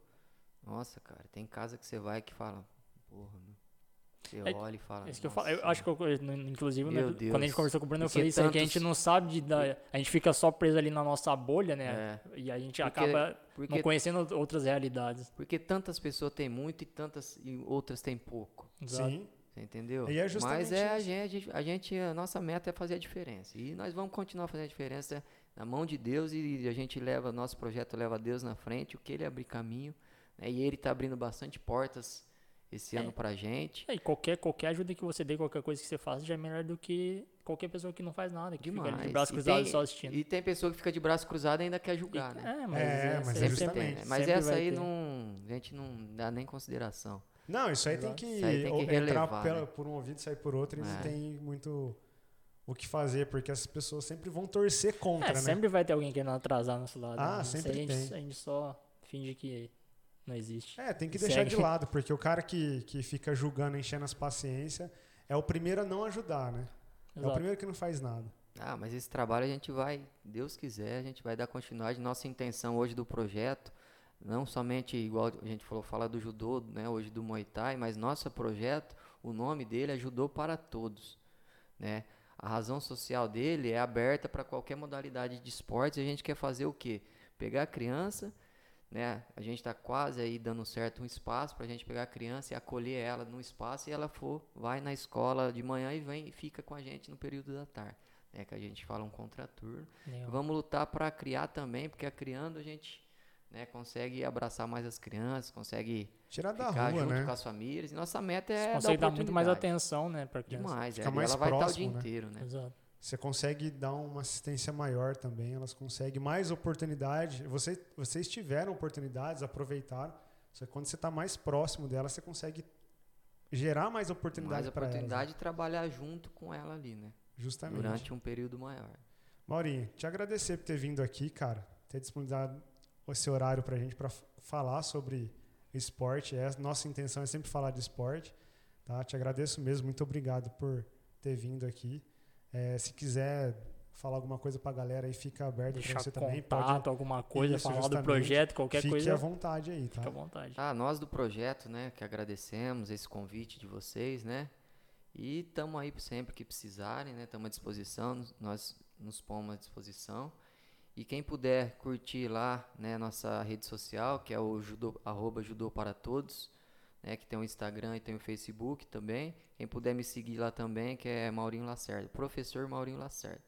Nossa, cara, tem casa que você vai que fala, porra, né? Você É- olha e fala. É isso que eu "Nossa, falo. Eu acho que eu, eu- inclusive, Meu né, Deus. quando a gente conversou com o Bruno, eu Porque falei isso aí, que a tantos- gente não sabe de. da- a gente fica só preso ali na nossa bolha, né? É, E a gente Porque- acaba não porque, conhecendo outras realidades. porque tantas pessoas têm muito e tantas e outras têm pouco. Exato. Sim. Você entendeu? E é justamente Mas é a isso. gente, a gente, a nossa meta é fazer a diferença. E nós vamos continuar fazendo a diferença na mão de Deus e a gente leva, nosso projeto leva Deus na frente, o que ele abrir caminho, né? E ele tá abrindo bastante portas esse É. ano pra gente. É, E qualquer, qualquer ajuda que você dê, qualquer coisa que você faça, já é melhor do que qualquer pessoa que não faz nada, que fica ali de Demais. braço E cruzado tem- só assistindo. E tem pessoa que fica de braço cruzado e ainda quer E- julgar, né? É, mas, É, mas é sempre tem, justamente. tem, né? Mas sempre essa vai aí ter. É, não, a gente não dá nem consideração. Não, isso aí tem Exato. que, Isso aí tem que ou- relevar, entrar pela- né? por um ouvido e sair por outro e não É. tem muito o que fazer, porque as pessoas sempre vão torcer contra, É, né? sempre vai ter alguém querendo atrasar nosso lado. Ah, né? Isso aí sempre a gente, tem. a gente só finge que não existe. É, tem que deixar de Segue. lado, porque o cara que, que fica julgando, enchendo as paciência, é o primeiro a não ajudar, né? É o Exato. primeiro que não faz nada. Ah, mas esse trabalho a gente vai, Deus quiser, a gente vai dar continuidade. Nossa intenção hoje do projeto, não somente igual a gente falou, falar do judô, né, hoje do Muay Thai, mas nosso projeto, o nome dele é Judô para Todos, né? A razão social dele é aberta para qualquer modalidade de esportes. e A gente quer fazer o quê? Pegar a criança, né? A gente está quase aí dando certo um espaço para a gente pegar a criança e acolher ela num espaço e ela for, vai na escola de manhã e vem e fica com a gente no período da tarde né, que a gente fala um contraturno. Nenhum. Vamos lutar para criar também, porque a criando a gente né, consegue abraçar mais as crianças, consegue Tirar da ficar rua, junto né? com as famílias. E nossa meta é Consegue dar, dar muito mais oportunidade. atenção, né, pra criança. Demais, é. Fica E mais ela vai estar o próximo, dia né? inteiro, né? Exato. Você consegue dar uma assistência maior também, elas conseguem mais oportunidade. Você, vocês tiveram oportunidades, aproveitaram. Só que quando você está mais próximo dela, você consegue gerar mais Mais oportunidade para elas. né? oportunidade de trabalhar junto com ela ali, né? Justamente. Durante um período maior. Maurinho, te agradecer por ter vindo aqui, cara, ter disponibilizado esse horário pra gente pra f- falar sobre esporte. É, nossa intenção é sempre falar de esporte, tá? Te agradeço mesmo, muito obrigado por ter vindo aqui. É, se quiser falar alguma coisa pra galera aí, fica aberto pra Deixar você também. contato, alguma coisa, Isso, falar justamente. do projeto, qualquer Fique coisa, à vontade aí, tá? fica à vontade. Ah, nós do projeto, né, que agradecemos esse convite de vocês, né? E estamos aí sempre que precisarem, né? Estamos à disposição, nos- nós nos pomos à disposição. E quem puder curtir lá, né, nossa rede social, que é o judô, arroba judô para todos, né, que tem o Instagram e tem o Facebook também. Quem puder me seguir lá também, que é Maurinho Lacerda, professor Maurinho Lacerda.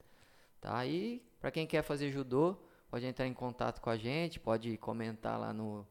Tá? E para quem quer fazer judô, pode entrar em contato com a gente, pode comentar lá no,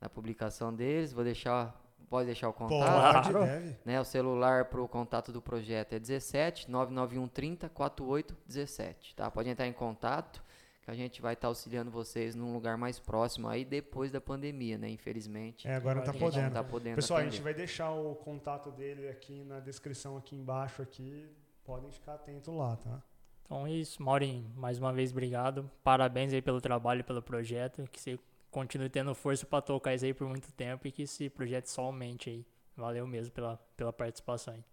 na publicação deles, vou deixar, pode deixar o contato. Pode, Claro. deve. Né, o celular para o contato do projeto é 17 991 30 48 17, tá? Pode entrar em contato que a gente vai estar auxiliando vocês num lugar mais próximo aí depois da pandemia, né? Infelizmente, É, agora não tá Pode, a gente podendo. não tá podendo Pessoal, a gente atender. vai deixar o contato dele aqui na descrição aqui embaixo aqui. Podem ficar atento lá, tá? Então é isso, Maurinho, mais uma vez obrigado. Parabéns aí pelo trabalho, pelo projeto, que você continue tendo força pra tocar isso aí por muito tempo e que esse projeto só aumente aí. Valeu mesmo pela, pela participação aí.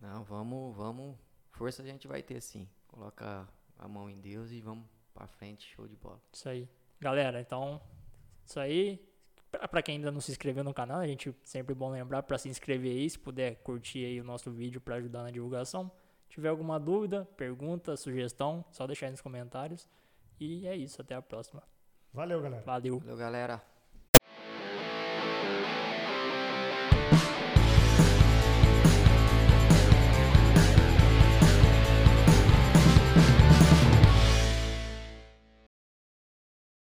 Não, vamos, vamos. Força a gente vai ter sim. Coloca a mão em Deus e vamos para frente, show de bola. Isso aí. Galera, então, isso aí. Pra- Pra quem ainda não se inscreveu no canal, a gente sempre é bom lembrar pra se inscrever aí, se puder curtir aí o nosso vídeo pra ajudar na divulgação. Tiver alguma dúvida, pergunta, sugestão, só deixar aí nos comentários. E é isso, até a próxima. Valeu, galera. Valeu. Valeu, galera.